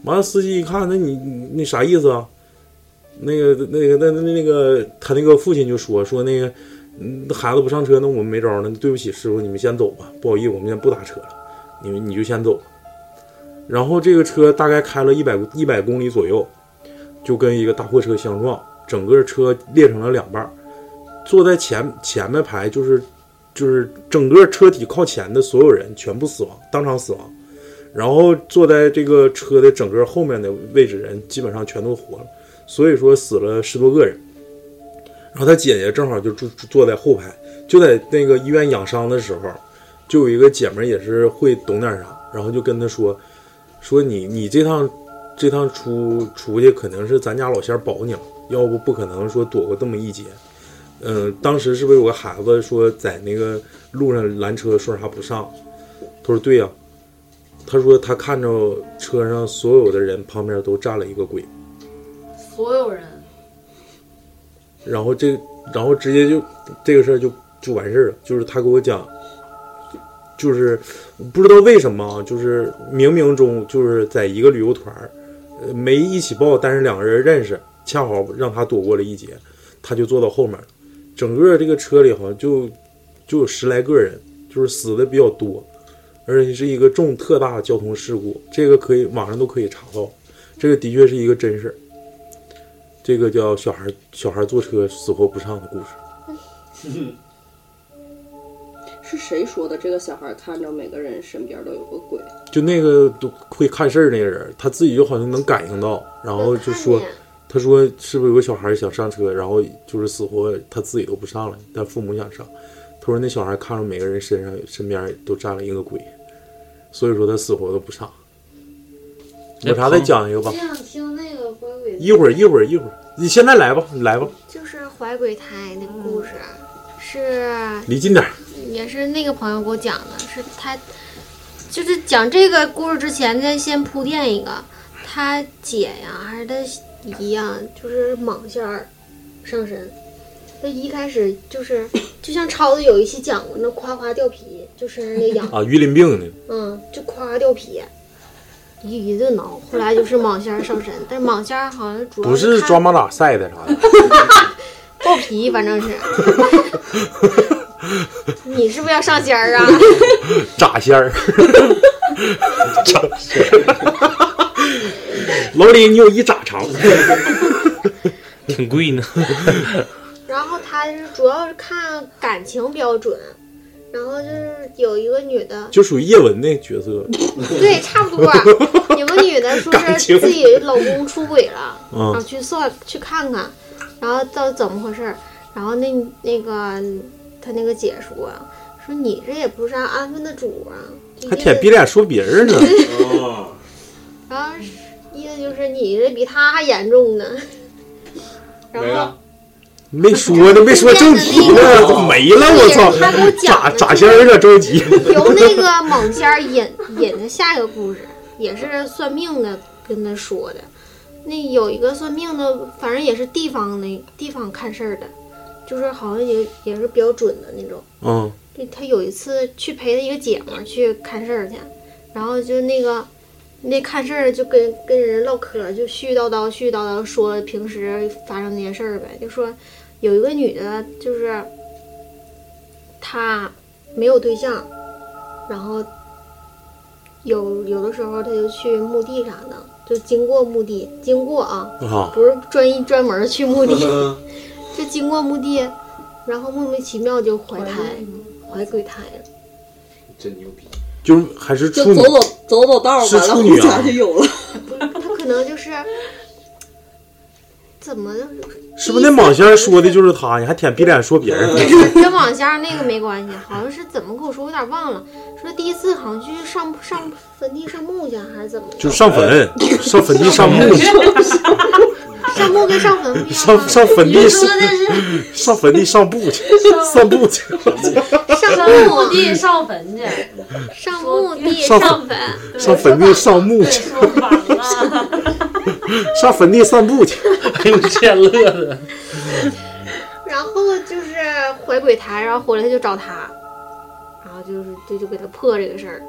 Speaker 3: 完了，司机一看，那你你你啥意思啊？那个那个那那那个他那个父亲就说说那个，嗯，孩子不上车，那我们没招儿了。对不起，师傅，你们先走吧，不好意思，我们先不打车了，你们你就先走吧。然后这个车大概开了一百一百公里左右，就跟一个大货车相撞，整个车裂成了两半儿。坐在前前面排就是就是整个车体靠前的所有人全部死亡，当场死亡。然后坐在这个车的整个后面的位置人基本上全都活了，所以说死了十多个人。然后他姐姐正好就住住坐在后排，就在那个医院养伤的时候，就有一个姐们儿也是会懂点啥，然后就跟他说说你你这趟这趟出出去肯定是咱家老仙儿保你了，要不不可能说躲过这么一劫。嗯，当时是不是有个孩子说在那个路上拦车说啥不上？他说对呀、他说他看着车上所有的人旁边都站了一个鬼，
Speaker 8: 所有人
Speaker 3: 然后这然后直接就这个事儿就就完事儿了。就是他给我讲，就是不知道为什么啊，就是冥冥中就是在一个旅游团儿，呃，没一起报，但是两个人认识，恰好让他躲过了一劫，他就坐到后面了。整个这个车里好像就就有十来个人，就是死的比较多，而且是一个重特大交通事故，这个可以网上都可以查到，这个的确是一个真事儿。这个叫小孩小孩坐车死活不上的故事。
Speaker 6: 是谁说的？这个小孩看着每个人身边都有个鬼，
Speaker 3: 就那个都会看事儿那个人，他自己就好像能感应到，然后就说
Speaker 4: 看见，
Speaker 3: 他说是不是有个小孩想上车，然后就是死活他自己都不上来，但父母想上。他说那小孩看着每个人身上身边都站了一个鬼，所以说他死活都不上。有啥再讲一个吧
Speaker 8: 这，样听那个鬼鬼
Speaker 3: 一会儿一会儿一会儿，你现在来吧，你来吧，
Speaker 4: 就是怀鬼胎那个故事，是
Speaker 3: 离近点儿。
Speaker 4: 也是那个朋友给我讲的，是他就是讲这个故事之前，再先铺垫一个，他姐呀还是他姨呀，就是蟒仙儿上身。他一开始就是，就像超子有一期讲过，那夸夸掉皮，就身上那痒，
Speaker 3: 啊，鱼鳞病呢？
Speaker 4: 嗯，就夸夸掉皮，一一顿挠。后来就是蟒仙儿上身，但是蟒仙儿好像主要
Speaker 3: 不是
Speaker 4: 看
Speaker 3: 抓马打晒的啥的，
Speaker 4: 爆皮，反正 是。你是不是要上仙儿啊？
Speaker 3: 炸仙儿。炸仙儿。老李，你有一炸长。
Speaker 2: 挺贵呢。
Speaker 4: 然后他是主要是看感情标准，然后就是有一个女的，
Speaker 3: 就属于叶文那角色，
Speaker 4: 对，差 不多，有个女的说
Speaker 3: 感
Speaker 4: 是
Speaker 3: 情
Speaker 4: 自己老公出轨了，然后
Speaker 3: 嗯，
Speaker 4: 去算去看看，然后到底怎么回事儿？然后那那个他那个姐说啊说你这也不是啥安分的主啊，就
Speaker 3: 还
Speaker 4: 意
Speaker 3: 舔
Speaker 4: 思
Speaker 3: 逼脸说别人呢，
Speaker 4: 然后啊是意思就是你这比他还严重呢。然后
Speaker 3: 没说呢，没说正题呢，怎么没了？我操
Speaker 4: 他给我！讲
Speaker 3: 咋
Speaker 4: 的
Speaker 3: 咋仙儿有点着急，
Speaker 4: 由那个蟒仙儿引引的下一个故事，也是算命的跟他说的。那有一个算命的，反正也是地方的地方看事儿的，就是好像也也是比较准的那种。
Speaker 3: 嗯，
Speaker 4: 对他有一次去陪他一个姐们儿去看事儿去，然后就那个那看事儿就跟跟人唠嗑儿，就絮絮叨叨絮絮叨叨说平时发生那些事儿呗，就说有一个女的，就是她没有对象，然后有有的时候她就去墓地啥的，就经过墓地，经过啊，
Speaker 3: 啊，
Speaker 4: 不是专一专门儿去墓地， 就经过墓地，然后莫名其妙就怀胎，怀鬼胎了。
Speaker 7: 真牛逼！
Speaker 3: 就是还是
Speaker 6: 就
Speaker 3: 处女
Speaker 6: 走，走走走道儿，
Speaker 3: 是
Speaker 6: 完了
Speaker 3: 处女
Speaker 6: 回
Speaker 3: 啊
Speaker 6: 家就有了。
Speaker 4: 他可能就是怎么就是
Speaker 3: 是不是那蟒仙儿说的就是他？你还舔逼脸说别人呢？
Speaker 4: 跟网仙儿那个没关系，好像是怎么跟我说，我有点忘了。说第一次好像去上上坟地上墓去，还是怎么的？
Speaker 3: 就上坟，上坟地上墓，
Speaker 4: 上墓跟上坟不一样
Speaker 3: 上
Speaker 4: 吗？
Speaker 3: 上坟
Speaker 8: 你
Speaker 3: 地
Speaker 8: 说的是
Speaker 3: 上坟地上步去，上步去，
Speaker 4: 上
Speaker 8: 墓
Speaker 4: 墓
Speaker 8: 地 上坟去，
Speaker 4: 上墓地
Speaker 3: 上
Speaker 4: 上 坟，
Speaker 3: 上坟地上墓
Speaker 8: 对，
Speaker 3: 去，
Speaker 8: 说 反了，
Speaker 3: 上坟地散步去。
Speaker 2: 哎呦，这乐的，
Speaker 4: 然后就是怀鬼胎，然后回来他就找他，然后后就是就就给他破这个事儿，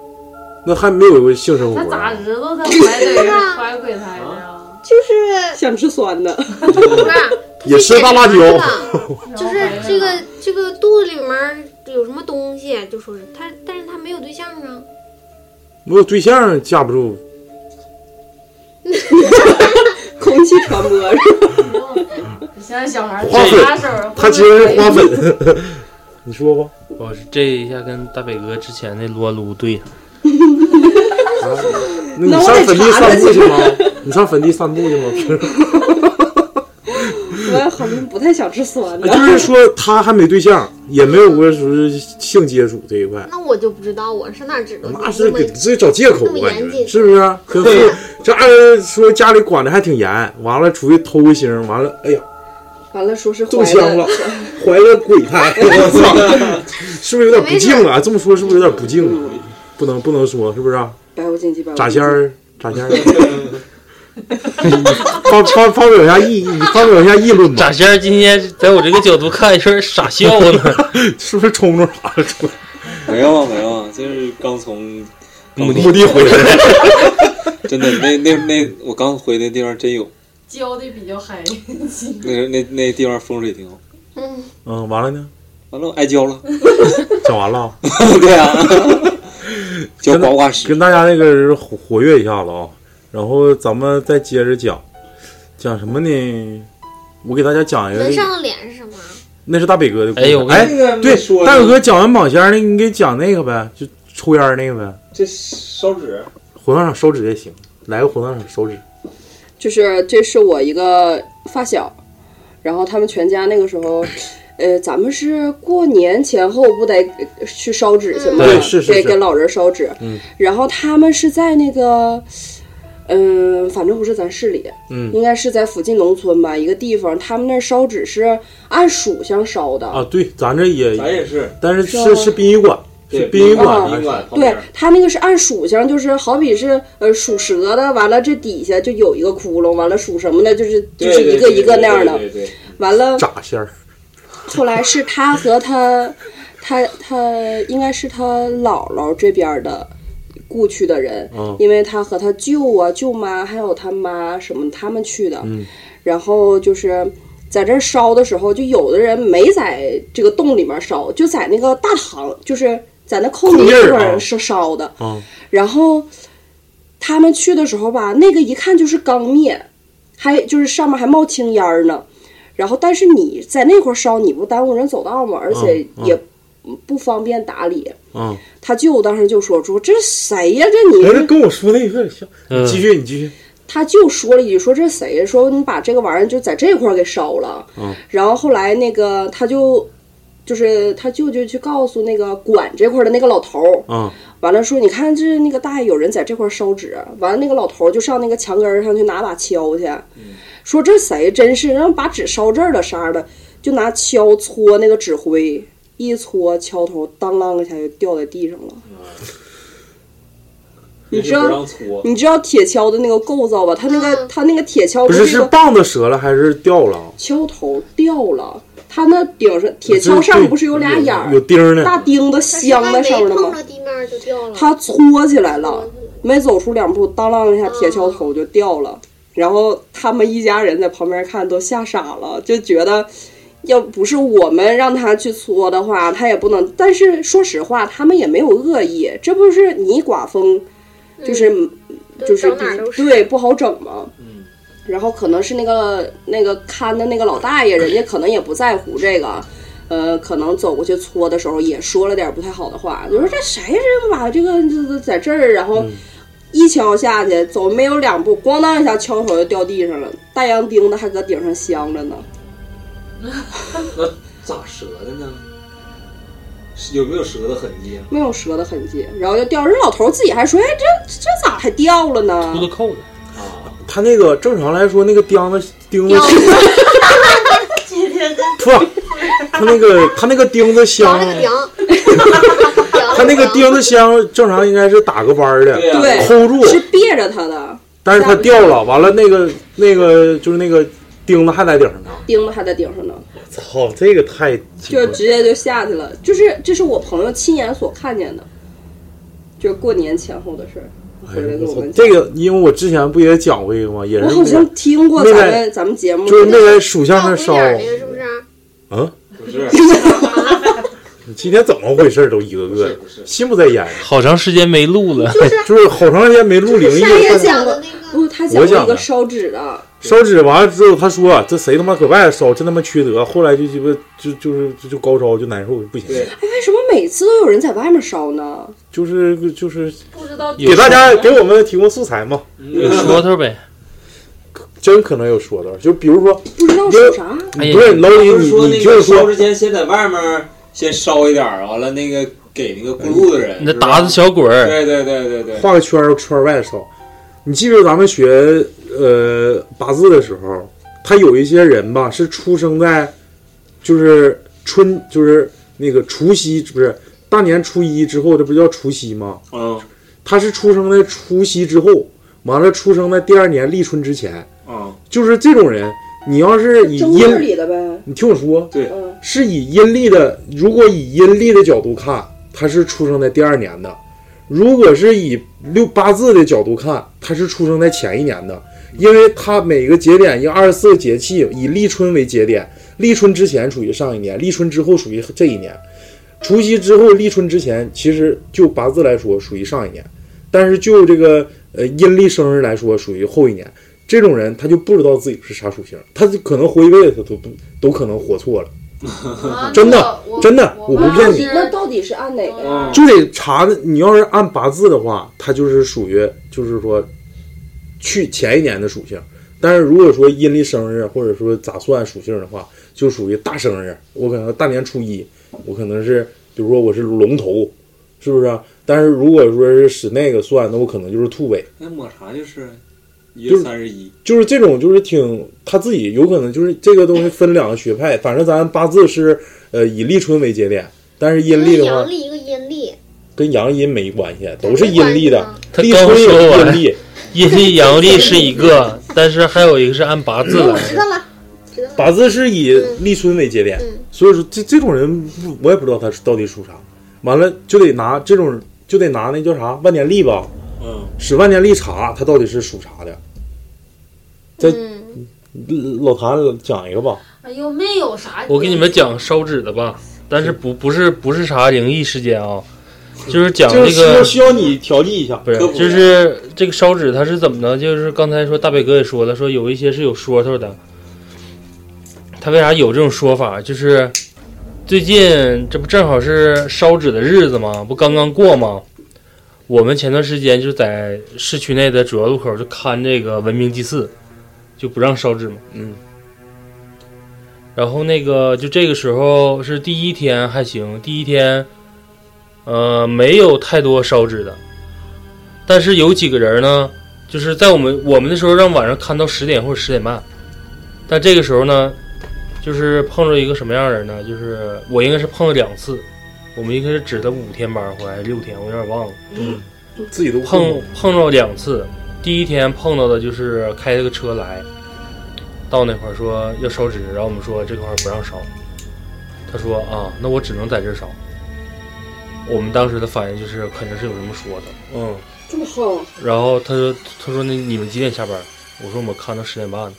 Speaker 3: 那还没有过性生活
Speaker 8: 他
Speaker 3: 呢，
Speaker 8: 咋知道他怀的是啊怀鬼胎的呀？
Speaker 4: 就是
Speaker 6: 想吃酸的，
Speaker 4: 不是
Speaker 3: 也吃大辣椒，
Speaker 4: 就是这个这个肚子里面有什么东西，就说是他，但是他没有对象啊。
Speaker 3: 没有对象架不住，
Speaker 6: 空气传播是吧
Speaker 8: 现在小孩儿
Speaker 3: 花粉
Speaker 8: 拿手儿
Speaker 3: 他其实是花粉。 你说吧，
Speaker 2: 我是这一下跟大北哥之前的撸啊撸对上，
Speaker 3: 那你
Speaker 6: 那我
Speaker 3: 上
Speaker 6: 得
Speaker 3: 坟地
Speaker 6: 查查
Speaker 3: 散步
Speaker 6: 去
Speaker 3: 去吗？你上坟地散步去吗？平时
Speaker 6: 我 好像不太想吃酸的。
Speaker 3: 啊哎就是说他还没对象，也没有过说是性接触这一块，
Speaker 4: 那我就不知道，我上哪知道？
Speaker 3: 那
Speaker 4: 你这
Speaker 3: 是
Speaker 4: 么
Speaker 3: 给自己找借口，我
Speaker 4: 那
Speaker 3: 感
Speaker 4: 么严
Speaker 3: 觉
Speaker 4: 谨
Speaker 3: 是不是？可能这二人说家里管的还挺严，完了出去偷个腥，完了，哎呀，
Speaker 6: 完了，说是
Speaker 3: 中
Speaker 6: 怀
Speaker 3: 枪了
Speaker 6: 的，，
Speaker 3: 怀了鬼胎，我操，是不是有点不敬啊？这么说是不是有点不敬啊？不能不能说，是不是啊？
Speaker 6: 百无禁忌，百无禁忌
Speaker 3: 炸仙儿，炸仙儿，发发发表一下议，你发表一下议论吧，
Speaker 2: 咋现在今天在我这个角度看，有点傻笑呢。
Speaker 3: 是不是冲着啥了？冲
Speaker 7: 没有啊，没有啊，就是刚从
Speaker 3: 着墓地回来，
Speaker 7: 真的那那那我刚回那地方真有，
Speaker 8: 教的比较嗨，
Speaker 7: 那那那地方风水挺好。
Speaker 4: 嗯，
Speaker 3: 嗯，完了呢，
Speaker 7: 完了，我挨教了。
Speaker 3: 讲完了。
Speaker 7: 对啊，教刮刮
Speaker 3: 跟
Speaker 7: 师，
Speaker 3: 大家那个活活跃一下子啊，然后咱们再接着讲，讲什么呢？我给大家讲一个
Speaker 4: 能，上脸是什么？啊
Speaker 3: 那是大北哥的故事。
Speaker 2: 哎我跟
Speaker 3: 哎
Speaker 7: 那个没
Speaker 3: 对，
Speaker 7: 说
Speaker 3: 大
Speaker 7: 呢
Speaker 3: 北哥讲完绑仙儿那个，你给讲那个呗，就抽烟儿那个呗，
Speaker 7: 这烧纸，
Speaker 3: 火葬场烧纸也行，来个火葬场烧纸。
Speaker 6: 就是这是我一个发小，然后他们全家那个时候，呃，咱们是过年前后不得呃去烧纸去吗？
Speaker 3: 对是是
Speaker 6: 对
Speaker 3: 是
Speaker 6: 给老人烧纸。
Speaker 3: 嗯
Speaker 6: 然后他们是在那个，嗯、反正不是咱市里，
Speaker 3: 嗯
Speaker 6: 应该是在附近农村吧，一个地方，他们那儿烧纸是按属相烧的。
Speaker 3: 啊，对，咱这也，
Speaker 7: 是
Speaker 3: 但是
Speaker 6: 是
Speaker 3: 是
Speaker 6: 吧
Speaker 3: 是殡仪馆，是
Speaker 7: 对
Speaker 3: 殡仪馆
Speaker 6: 啊
Speaker 3: 还是，
Speaker 6: 对他那个是按属相，就是好比是呃属蛇的，完了这底下就有一个窟窿，完了属什么的，就是就是一个一个那样的，
Speaker 7: 对对，
Speaker 6: 完了
Speaker 3: 炸仙儿。
Speaker 6: 后来是他和他，他他应该是他姥姥这边的故去的人，
Speaker 3: 嗯
Speaker 6: 因为他和他舅啊、舅妈还有他妈什么他们去的，
Speaker 3: 嗯
Speaker 6: 然后就是在这儿烧的时候，就有的人没在这个洞里面烧，就在那个大堂，就是在那扣泥
Speaker 3: 空地儿
Speaker 6: 地
Speaker 3: 啊
Speaker 6: 方烧烧的，
Speaker 3: 啊，
Speaker 6: 然后他们去的时候吧，那个一看就是刚灭，还就是上面还冒青烟儿呢。然后，但是你在那块儿烧，你不耽误人走道吗？而且
Speaker 3: 嗯
Speaker 6: 也不方便打理。
Speaker 3: 啊，
Speaker 6: 他舅当时就说：“说这谁呀、这你
Speaker 3: 哎，
Speaker 6: 是
Speaker 3: 那跟我说那有点像。
Speaker 2: 嗯
Speaker 3: 你继续，你继续。
Speaker 6: 他就说了一句：“说这谁说你把这个玩意儿就在这块儿给烧了。
Speaker 3: 嗯
Speaker 6: 然后后来那个他就就是他舅舅去告诉那个管这块儿的那个老头儿，
Speaker 3: 啊，
Speaker 6: 完了说你看这那个大爷有人在这块儿烧纸，完了那个老头儿就上那个墙根儿上去拿把锹去，
Speaker 7: 嗯
Speaker 6: 说这谁真是让把纸烧这儿了啥的，就拿锹搓那个纸灰，一搓锹头当啷一下就掉在地上了。你知
Speaker 7: 啊不
Speaker 6: 道
Speaker 7: 让搓，
Speaker 6: 你知道铁锹的那个构造吧？它那个、
Speaker 4: 嗯
Speaker 6: 它那个铁锹
Speaker 3: 不是
Speaker 6: 不一
Speaker 3: 是
Speaker 6: 个
Speaker 3: 棒子折了还是掉了？啊
Speaker 6: 锹头掉了，它那顶上铁
Speaker 3: 这
Speaker 6: 锹上
Speaker 3: 对
Speaker 6: 面不是有俩眼
Speaker 3: 有
Speaker 6: 儿，
Speaker 3: 钉儿呢。
Speaker 6: 大钉子
Speaker 4: 它是
Speaker 6: 镶在
Speaker 4: 还
Speaker 6: 上面
Speaker 4: 没
Speaker 6: 的
Speaker 4: 碰
Speaker 6: 吗
Speaker 4: 着？地面就掉了。
Speaker 6: 他搓起来了，没走出两步，当啷一下铁锹头就掉了。然后他们一家人在旁边看都吓傻了，就觉得要不是我们让他去搓的话，他也不能。但是说实话，他们也没有恶意，这不是你刮风，就是、就是
Speaker 4: 整哪嗯儿都是
Speaker 6: 对不好整嘛。然后可能是那个那个看的那个老大爷，人家可能也不在乎这个，呃，可能走过去搓的时候也说了点不太好的话，就说这谁这把这个这这在这儿，然后一敲下去，走没有两步，咣当一下敲头就掉地上了，大洋钉子还搁顶上镶着呢。
Speaker 7: 那咋折的呢？是有没有折的痕迹啊？
Speaker 6: 没有折的痕迹，然后就掉。人老头自己还说：“哎，这这咋还掉了
Speaker 2: 秃子
Speaker 6: 呢
Speaker 2: 扣子，
Speaker 7: 啊
Speaker 3: 他那个正常来说，那个钉子钉子， 不，他那个他那个钉子
Speaker 4: 然
Speaker 3: 箱
Speaker 4: 后，那个 梁，
Speaker 3: 他那个钉子箱正常应该是打个弯儿的，
Speaker 7: 呀、
Speaker 6: 对
Speaker 3: 抠住，？”
Speaker 6: 是别着他的，
Speaker 3: 但是它掉了，完了那个那个就是那个钉子还在顶上呢。
Speaker 6: 钉子还在顶上呢。
Speaker 3: 操，这个太紧
Speaker 6: 就
Speaker 3: 了
Speaker 6: 直接就下去了。就是这是我朋友亲眼所看见的，就是过年前后的事儿。
Speaker 3: 哎
Speaker 6: 回来
Speaker 3: 呦
Speaker 6: 跟
Speaker 3: 我
Speaker 6: 我
Speaker 3: 操
Speaker 6: 们，讲，
Speaker 3: 这个因为我之前不也讲过一个吗？也是
Speaker 6: 我好
Speaker 3: 那
Speaker 6: 像
Speaker 3: 个，
Speaker 6: 听过
Speaker 3: 那
Speaker 6: 咱
Speaker 3: 个
Speaker 6: 们咱们节目，
Speaker 3: 就是那个属相那
Speaker 4: 大红
Speaker 3: 烧
Speaker 4: 脸，儿那个是啊不是？
Speaker 3: 嗯，
Speaker 7: 不是，
Speaker 3: 你今天怎么回事？都一个
Speaker 7: 不
Speaker 3: 个
Speaker 7: 是，
Speaker 3: 的，
Speaker 7: 不是，
Speaker 3: 心不在焉，
Speaker 2: 好长时间没录了，
Speaker 3: 就是好长时间没录灵异
Speaker 4: 山
Speaker 3: 了
Speaker 4: 爷。讲的那个
Speaker 6: 不，他讲
Speaker 3: 我
Speaker 6: 过
Speaker 3: 讲
Speaker 6: 一个
Speaker 3: 的
Speaker 6: 烧纸的，哎
Speaker 3: 烧纸完了之后，他说这谁他妈搁外头烧，真他妈缺德。后来就鸡巴就就是就就高烧，就难受，不行，
Speaker 7: 对，
Speaker 6: 哎，为什么每次都有人在外面烧呢？
Speaker 3: 就是就是
Speaker 8: 不知道
Speaker 3: 给大家给我们提供素材嘛，
Speaker 2: 有说头呗。
Speaker 3: 真可能有说道。就比如说，
Speaker 6: 不知道
Speaker 3: 因为
Speaker 6: 属啥？
Speaker 2: 哎呀
Speaker 3: 不是老李，
Speaker 7: 不是
Speaker 3: 你
Speaker 7: 说
Speaker 3: 你
Speaker 7: 那
Speaker 3: 就是
Speaker 7: 个烧
Speaker 3: 说
Speaker 7: 之前先在外面先烧一点儿，完了那个给那个过路的人，
Speaker 2: 你那
Speaker 7: 是吧
Speaker 2: 打死小鬼儿，
Speaker 7: 对对对对对，
Speaker 3: 画个圈儿圈儿外烧。你记不记得咱们学呃八字的时候，他有一些人吧是出生在就是春就是那个除夕，不是大年初一之后，这不叫除夕吗？
Speaker 7: 嗯
Speaker 3: 他是出生在除夕之后，完了出生在第二年立春之前，
Speaker 7: 嗯，
Speaker 3: 就是这种人，你要是以
Speaker 6: 正棍儿
Speaker 3: 阴，
Speaker 6: 里的呗。
Speaker 3: 你听我说，
Speaker 6: 嗯，
Speaker 3: 是以阴历的，如果以阴历的角度看，他是出生在第二年的；如果是以六八字的角度看，他是出生在前一年的，因为他每个节点以二十四个节气以立春为节点，立春之前属于上一年，立春之后属于这一年，除夕之后立春之前，其实就八字来说属于上一年，但是就这个呃阴历生日来说属于后一年。这种人他就不知道自己是啥属性，他就可能活一辈子都不都可能活错了。
Speaker 2: 嗯
Speaker 8: 啊
Speaker 3: 真的
Speaker 8: 那我
Speaker 3: 真的
Speaker 8: 我
Speaker 3: 我不骗你啊
Speaker 6: 那到底是按哪个呀？
Speaker 7: 嗯
Speaker 3: 就得查的。你要是按八字的话，它就是属于就是说去前一年的属性。但是如果说阴历生日或者说咋算属性的话，就属于大生日。我可能大年初一，我可能是比如说我是龙头，是不是啊、但是如果说是使那个算，那我可能就是兔尾。
Speaker 7: 那抹茶就是一月三十一，
Speaker 3: 就是这种，就是挺他自己有可能就是这个东西分两个学派。反正咱八字是呃以立春为节点，但是阴历
Speaker 4: 一个
Speaker 3: 的话
Speaker 4: 阳历一个阴历，
Speaker 3: 跟阳阴没关系，啊都是阴历的。
Speaker 2: 他
Speaker 3: 立
Speaker 2: 刚
Speaker 3: 春也
Speaker 2: 说
Speaker 3: 是阴
Speaker 2: 完，
Speaker 3: 历，
Speaker 2: 阴历阳历是一个，但是还有一个是按八字
Speaker 4: 我
Speaker 2: 来
Speaker 4: 知
Speaker 2: 的。
Speaker 4: 道
Speaker 3: 嗯
Speaker 4: 了，知道了。
Speaker 3: 八字是以立春为节点，
Speaker 4: 嗯
Speaker 3: 所以说这这种人不我也不知道他到底属啥，完了就得拿这种就得拿那叫啥万年历吧，
Speaker 7: 嗯，
Speaker 3: 使万年历查他到底是属啥的。在
Speaker 4: 嗯，
Speaker 3: 老谭讲一个吧，
Speaker 8: 哎呦，没有啥。
Speaker 2: 我给你们讲烧纸的吧，但是不不是不是啥灵异事件啊、就是讲
Speaker 3: 就
Speaker 2: 这
Speaker 3: 是需要
Speaker 2: 个
Speaker 3: 需要你调剂一下，
Speaker 2: 不是
Speaker 7: 科普，
Speaker 2: 就是这个烧纸它是怎么呢？就是刚才说大北哥也说了，说有一些是有说头的。他为啥有这种说法？就是最近这不正好是烧纸的日子吗？不刚刚过吗？我们前段时间就在市区内的主要路口就看这个文明祭祀，就不让烧纸嘛。
Speaker 3: 嗯。
Speaker 2: 然后那个就这个时候是第一天还行，第一天，呃，没有太多烧纸的。但是有几个人呢，就是在我们我们那时候让晚上看到十点或者十点半，但这个时候呢，就是碰着一个什么样的人呢？就是我应该是碰了两次，我们应该是指的五天班或还是六天，我有点忘了，
Speaker 3: 自己都
Speaker 2: 碰碰到两次。第一天碰到的就是开了个车来，到那块儿说要烧纸，然后我们说这块儿不让烧，他说啊，那我只能在这儿烧。我们当时的反应就是肯定是有什么说的，
Speaker 3: 嗯，
Speaker 6: 这么横，
Speaker 2: 然后他说他说那你们几点下班？我说我们看到十点半呢。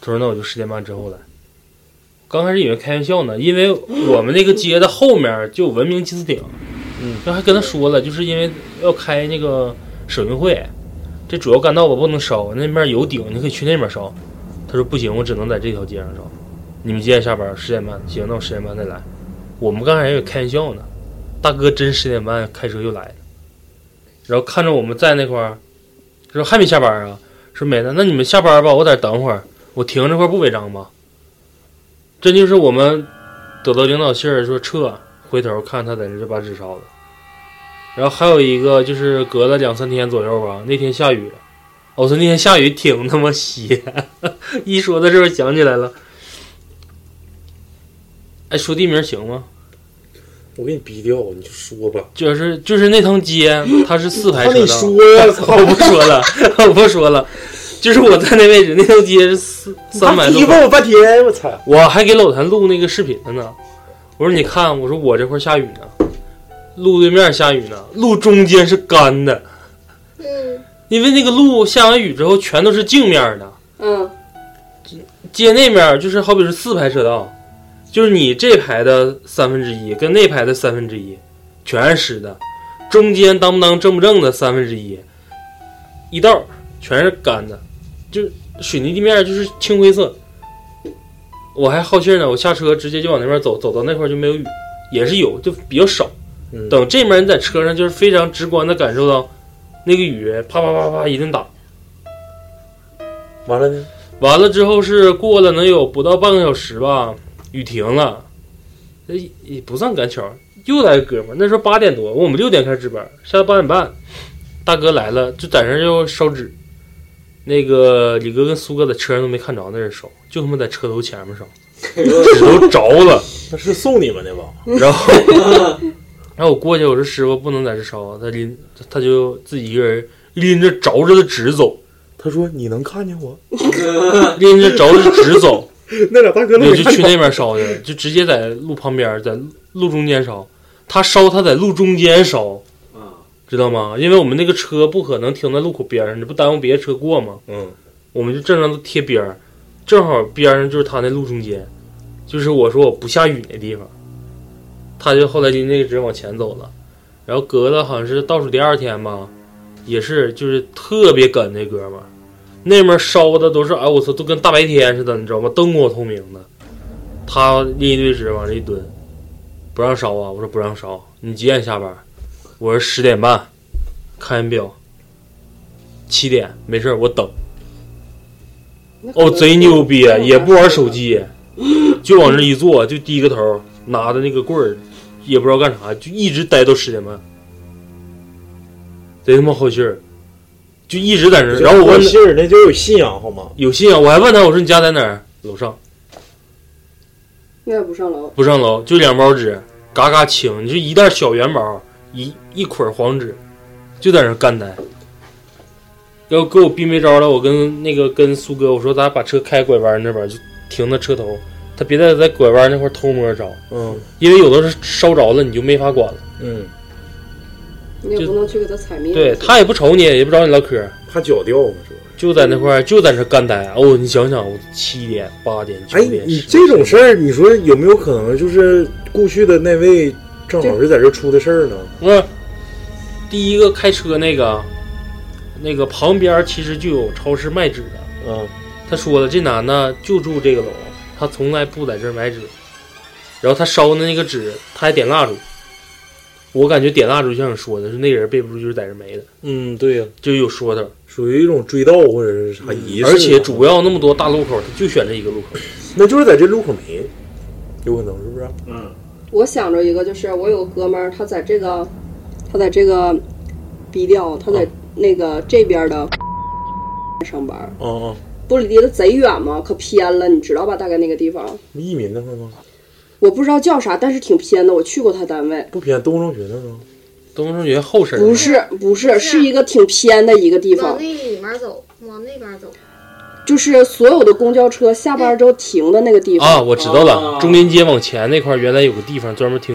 Speaker 2: 他说那我就十点半之后来。刚开始以为开玩笑呢，因为我们那个街的后面就有文明祭祀顶，
Speaker 3: 嗯，
Speaker 2: 然后还跟他说了，就是因为要开那个省运会，这主要干道我不能烧，那面有顶，你可以去那边烧。他说不行，我只能在这条街上烧。你们几点下班？十点半。行，那我十点半再来。我们刚才也开玩笑呢，大哥真十点半开车就来了，然后看着我们在那块儿，说还没下班啊？说没呢，那你们下班吧，我在这等会儿，我停这块儿不违章吧？这就是我们得到领导信儿说撤，回头看他在那就把纸烧了。然后还有一个就是隔了两三天左右吧，那天下雨，我说那天下雨挺他妈邪， 一说到这边想起来了。哎，说地名行吗？
Speaker 3: 我给你逼掉，你就说吧，
Speaker 2: 就是就是那趟街，它是四排
Speaker 3: 看
Speaker 2: 车
Speaker 3: 你
Speaker 2: 道。
Speaker 3: 说呀，操，
Speaker 2: 我不说了，我不说了，就是我在那位置，那条街是四三百
Speaker 9: 他提
Speaker 2: 多
Speaker 9: 问，我半天，我 操！
Speaker 2: 我还给老谭录那个视频了呢。我说你看，我说我这块下雨呢，路对面下雨呢，路中间是干的，
Speaker 4: 嗯，
Speaker 2: 因为那个路下完雨之后全都是镜面的，
Speaker 6: 嗯
Speaker 2: 街那面就是好比是四排车道，就是你这排的三分之一跟那排的三分之一，全是实的，中间当不当正不正的三分之一，一道全是干的，就是水泥地面就是青灰色。我还好气儿呢，我下车直接就往那边走，走到那块儿就没有雨，也是有，就比较少。
Speaker 9: 嗯
Speaker 2: 等这面你在车上就是非常直观的感受到，那个雨啪啪啪啪一顿打，
Speaker 9: 完了呢？
Speaker 2: 完了之后是过了能有不到半个小时吧，雨停了，这也也不算赶巧儿，又来个哥们儿，那时候八点多，我们六点开始值班，下到八点半，大哥来了就在那儿要烧纸，那个李哥跟苏哥在车上都没看着那人烧，就他妈在车头前面烧，纸都着 了，
Speaker 9: 那是送你们的吧？
Speaker 2: 然后然后我过去我说师傅不能在这烧啊，他拎他就自己一个人拎着着着的纸走，
Speaker 9: 他说你能看见 我？
Speaker 2: 拎着着着纸走。
Speaker 9: 那俩 大哥都
Speaker 2: 我
Speaker 9: 没
Speaker 2: 就
Speaker 9: 看
Speaker 2: 去
Speaker 9: 着。
Speaker 2: 那边烧去了，就直接在路旁边，在路中间烧。他烧，他在路中间烧，
Speaker 7: 啊，
Speaker 2: 知道吗？因为我们那个车不可能停在路口边上，你不耽误别的车过吗？
Speaker 9: 嗯，
Speaker 2: 我们就正常都贴边儿，正好边上就是他那路中间，就是我说我不下雨那地方。他就后来拎那个纸往前走了，然后隔了好像是倒数第二天吧，也是就是特别赶那哥们儿，那边烧的都是哎我操，都跟大白天似的，你知道吗？灯火通明的，他拎一堆纸往这一蹲，不让烧啊！我说不让烧，你几点下班？我说十点半，看人表，七点没事儿我等。 哦，贼牛逼，也不玩手机，
Speaker 9: 嗯
Speaker 2: 就往这一坐，就低个头，拿着那个棍儿，也不知道干啥，就一直待到十点半，贼他妈好信儿，就一直在那儿。然后我问他
Speaker 9: 信儿，那就有信仰好吗？
Speaker 2: 有信啊，我还问他，我说你家在哪儿？楼上，
Speaker 6: 应该不上楼。
Speaker 2: 不上楼，就两包纸，嘎嘎轻，你就一袋小元宝，一一捆黄纸，就在那儿干呆。要给我逼没招了，我跟那个跟苏哥我说，咱把车开拐弯那边，就停在车头，他别再在拐弯那块偷摸着，
Speaker 9: 嗯
Speaker 2: 因为有的是烧着了你就没法管了。
Speaker 9: 嗯，
Speaker 6: 你也不能去给他踩灭。
Speaker 2: 对他也不瞅你，也不找你唠嗑，
Speaker 9: 怕脚掉啊嘛是吧？
Speaker 2: 就在那块儿就在那儿干呆。哦，你想想，我七点、八点、九
Speaker 9: 哎，
Speaker 2: 点，
Speaker 9: 你
Speaker 2: 10
Speaker 9: 这种事儿，你说有没有可能就是故去的那位正好是在这出的事儿呢？
Speaker 2: 不是，第一个开车那个，那个旁边其实就有超市卖纸的。
Speaker 9: 嗯，
Speaker 2: 他说了，这男的就住这个楼，他从来不在这儿买纸。然后他烧的那个纸，他还点蜡烛。我感觉点蜡烛就像你说的，是那人背不住就是在这儿没的，
Speaker 9: 嗯，对呀、
Speaker 2: 就有说头。
Speaker 9: 属于一种追悼或者是啥仪式啊、
Speaker 2: 嗯而且主要那么多大路口，他就选这一个路口。
Speaker 9: 那就是在这路口没，有可能是不啊是？
Speaker 7: 嗯，
Speaker 6: 我想着一个，就是我有个哥们儿，他在这个，他在这个逼调，他在那个这边的上班，
Speaker 9: 嗯嗯，
Speaker 6: 不离得贼远吗？可偏了，你知道吧？大概那个地方，
Speaker 9: 益民那块吗？
Speaker 6: 我不知道叫啥，但是挺偏的。我去过他单位，
Speaker 9: 不偏，东中学那吗？
Speaker 2: 东中学后身儿
Speaker 6: 不是不是，是一个挺偏的一个地
Speaker 4: 往
Speaker 6: 方
Speaker 4: 那，里面走，往那边走，
Speaker 6: 就是所有的公交车下班之后停的那个地
Speaker 2: 啊，
Speaker 6: 方。
Speaker 2: 我知道了，
Speaker 7: 啊
Speaker 2: 中林街往前那块儿原来有个地方专门
Speaker 9: 有
Speaker 2: 停。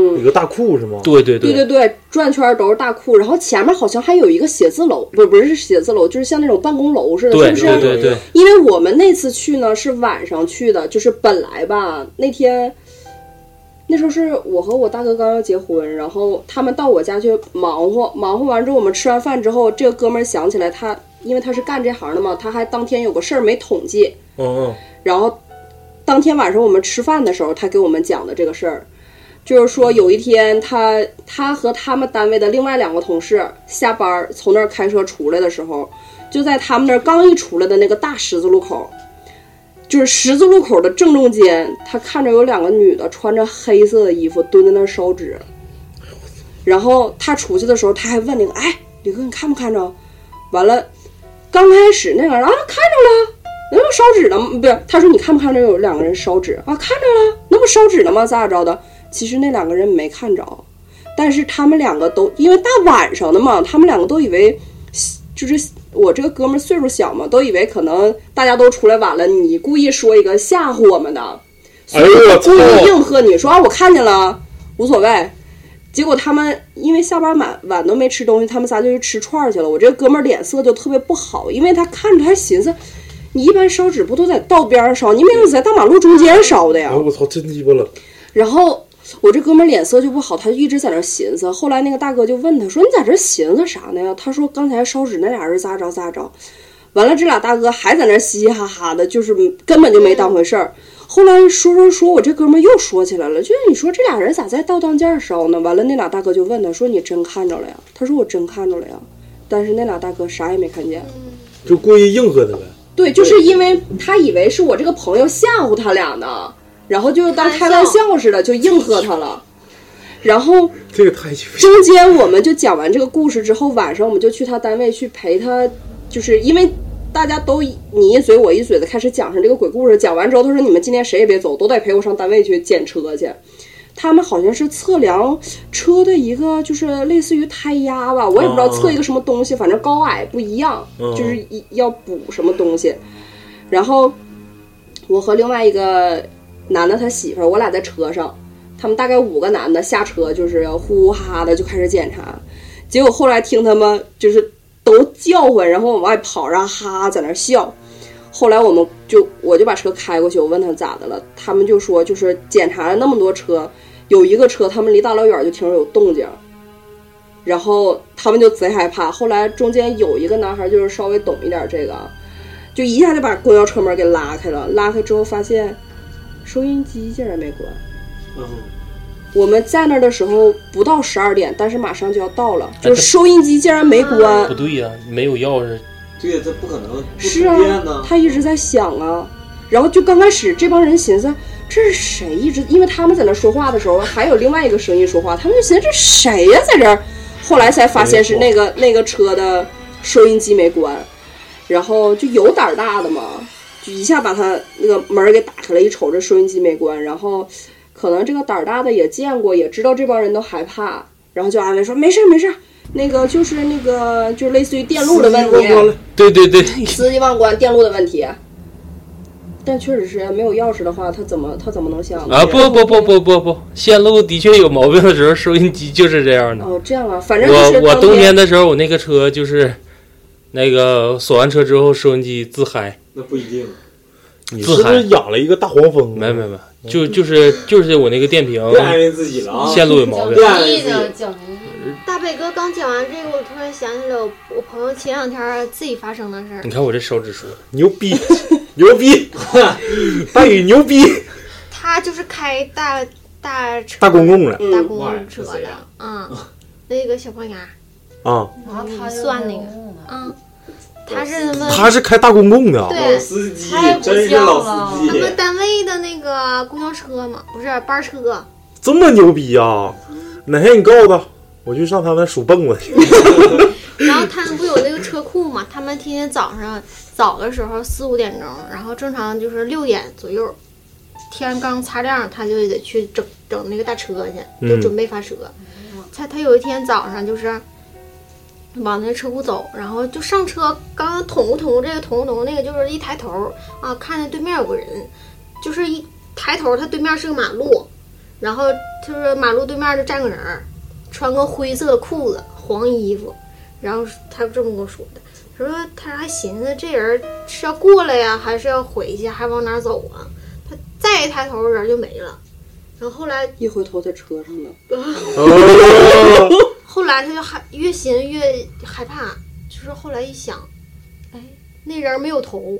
Speaker 6: 嗯，
Speaker 9: 个大库是吗？
Speaker 2: 对对
Speaker 6: 对对对，转圈都是大库，然后前面好像还有一个写字楼，不不是写字楼，就是像那种办公楼似的，是
Speaker 2: 对
Speaker 6: 不是？
Speaker 2: 对对对，
Speaker 6: 因为我们那次去呢是晚上去的，就是本来吧那天，那时候是我和我大哥刚要结婚，然后他们到我家去忙活，忙活完之后，我们吃完饭之后，这个哥们儿想起来他，因为他是干这行的嘛，他还当天有个事儿没统计，
Speaker 9: 嗯嗯，
Speaker 6: 然后当天晚上我们吃饭的时候，他给我们讲的这个事儿，就是说有一天他他和他们单位的另外两个同事下班儿从那儿开车出来的时候，就在他们那儿刚一出来的那个大十字路口，就是十字路口的正中间，他看着有两个女的穿着黑色的衣服蹲在那儿烧纸，然后他出去的时候，他还问那个哎李哥你看没看着？完了，刚开始那个人啊看着了。能不烧纸呢？嗯不是，他说你看不看着有两个人烧纸啊？看着了，那不烧纸呢吗？咋咋着的？其实那两个人没看着，但是他们两个都因为大晚上的嘛，他们两个都以为就是我这个哥们儿岁数小嘛，都以为可能大家都出来晚了，你故意说一个吓唬我们的，所以
Speaker 3: 哎呦我
Speaker 6: 故意
Speaker 3: 操
Speaker 6: 应和你说啊，我看见了，无所谓。结果他们因为下班晚晚都没吃东西，他们仨就去吃串儿去了。我这个哥们儿脸色就特别不好，因为他看着他寻思，你一般烧纸不都在道边儿烧，你没有在大马路中间烧的呀
Speaker 9: 啊
Speaker 3: 哎，？我操，真鸡巴冷！
Speaker 6: 然后我这哥们儿脸色就不好，他就一直在那儿寻思。后来那个大哥就问他说：“你在这儿寻思啥呢？”他说：“刚才烧纸那俩人咋着咋着。”完了，这俩大哥还在那儿嘻嘻哈哈的，就是根本就没当回事儿。后来说说说，我这哥们儿又说起来了，就是你说这俩人咋在道当间儿烧呢？完了，那俩大哥就问他说：“你真看着了呀？”他说：“我真看着了呀。”但是那俩大哥啥也没看见。
Speaker 9: 就故意应和他呗。
Speaker 6: 对，就是因为他以为是我这个朋友吓唬他俩呢，然后就当开玩笑似的就应和他了。然后
Speaker 9: 这个太鸡巴
Speaker 6: 中间我们就讲完这个故事之后，晚上我们就去他单位去陪他，就是因为大家都你一嘴我一嘴的开始讲上这个鬼故事。讲完之后，他说你们今天谁也别走，都得陪我上单位去检车去。他们好像是测量车的一个，就是类似于胎压吧，我也不知道
Speaker 9: 啊
Speaker 6: 测一个什么东西，反正高矮不一样，就是一要补什么东西。然后我和另外一个男的他媳妇儿，我俩在车上，他们大概五个男的下车，就是呼呼哈哈的就开始检查，结果后来听他们就是都叫唤，然后往外跑，然后哈哈在那儿笑。后来我们就我就把车开过去，我问他咋的了，他们就说就是检查了那么多车，有一个车他们离大老远就听着有动静，然后他们就贼害怕。 后来中间有一个男孩就是稍微懂一点这个，就一下就把公交车门给拉开了，拉开之后发现收音机竟然没关。
Speaker 7: 嗯，
Speaker 6: 我们在那儿的时候不到十二点，但是马上就要到了，就是收音机竟然没关
Speaker 2: 不。对呀、没有钥匙，
Speaker 7: 对呀，他不可能不
Speaker 6: 是
Speaker 7: 充电
Speaker 6: 啊
Speaker 7: 呢，。
Speaker 6: 他一直在响啊。然后就刚开始这帮人寻思这是谁一直，因为他们在那说话的时候，还有另外一个声音说话，他们就寻思这谁呀、在这儿。后来才发现是那个那个车的收音机没关，然后就有胆儿大的嘛，就一下把他那个门儿给打开了，一瞅这收音机没关，然后可能这个胆儿大的也见过，也知道这帮人都害怕，然后就安慰说没事儿没事儿，那个就是那个就类似于电路的问题，
Speaker 2: 对对 对，
Speaker 6: 司机忘关电路的问题。但确实是没有钥匙的话，他怎么他怎么能想呢？
Speaker 2: 啊不不不不不不，线路的确有毛病的时候，收音机就是这样的。
Speaker 6: 哦，这样啊，反正就是
Speaker 2: 我我
Speaker 6: 当
Speaker 2: 冬
Speaker 6: 天
Speaker 2: 天的时候，我那个车就是那个锁完车之后，收音机自嗨，
Speaker 7: 那不一定，
Speaker 9: 你是不是养了一个大黄蜂？啊
Speaker 2: 没没没，就就是就是我那个电瓶
Speaker 7: 别安慰自己了啊！
Speaker 2: 线路有毛
Speaker 8: 讲
Speaker 2: 病，
Speaker 8: 义呢，讲义。
Speaker 4: 大北哥刚讲完这个，我突然想起来我我朋友前两天自己发生的事儿
Speaker 3: 嗯
Speaker 2: 你。看我这手指啊说，
Speaker 9: 牛逼，牛 逼，大宇牛逼，
Speaker 4: 他就是开大大车
Speaker 9: 大公共了
Speaker 4: 大
Speaker 6: 嗯，
Speaker 4: 公共车
Speaker 7: 哇是谁
Speaker 4: 的
Speaker 7: 呀，
Speaker 4: 嗯，那个小胖丫，
Speaker 9: 啊！
Speaker 8: 拿他
Speaker 4: 算那个嗯，他是他们
Speaker 9: 他是开大公共的啊，
Speaker 7: 老
Speaker 4: 对
Speaker 7: 司机
Speaker 8: 太不，
Speaker 7: 真是
Speaker 8: 像
Speaker 7: 老司
Speaker 4: 他
Speaker 7: 机。
Speaker 4: 们 单位的那个公交车嘛，不是班车，
Speaker 9: 这么牛逼啊！哪天你告诉他，我去上他那数蹦子去。
Speaker 4: 然后他们不有那个车库嘛，他们天天早上早的时候四五点钟，然后正常就是六点左右，天刚擦亮，他就得去整整那个大车去，就准备发车。他他有一天早上就是往那车库走，然后就上车，刚刚捅咕捅咕这个捅咕捅咕那个，就是一抬头啊，看见对面有个人，就是一抬头，他对面是个马路，然后就是马路对面就站个人儿，穿个灰色的裤子，黄衣服。然后他这么跟我说的，他说他还寻思这人是要过来呀，还是要回去，还往哪儿走啊？他再一抬头，人就没了。然后后来，
Speaker 6: 一回头在车上呢。
Speaker 7: 哦
Speaker 4: 后来他就害越寻思越害怕，就是后来一想，哎，那人没有头，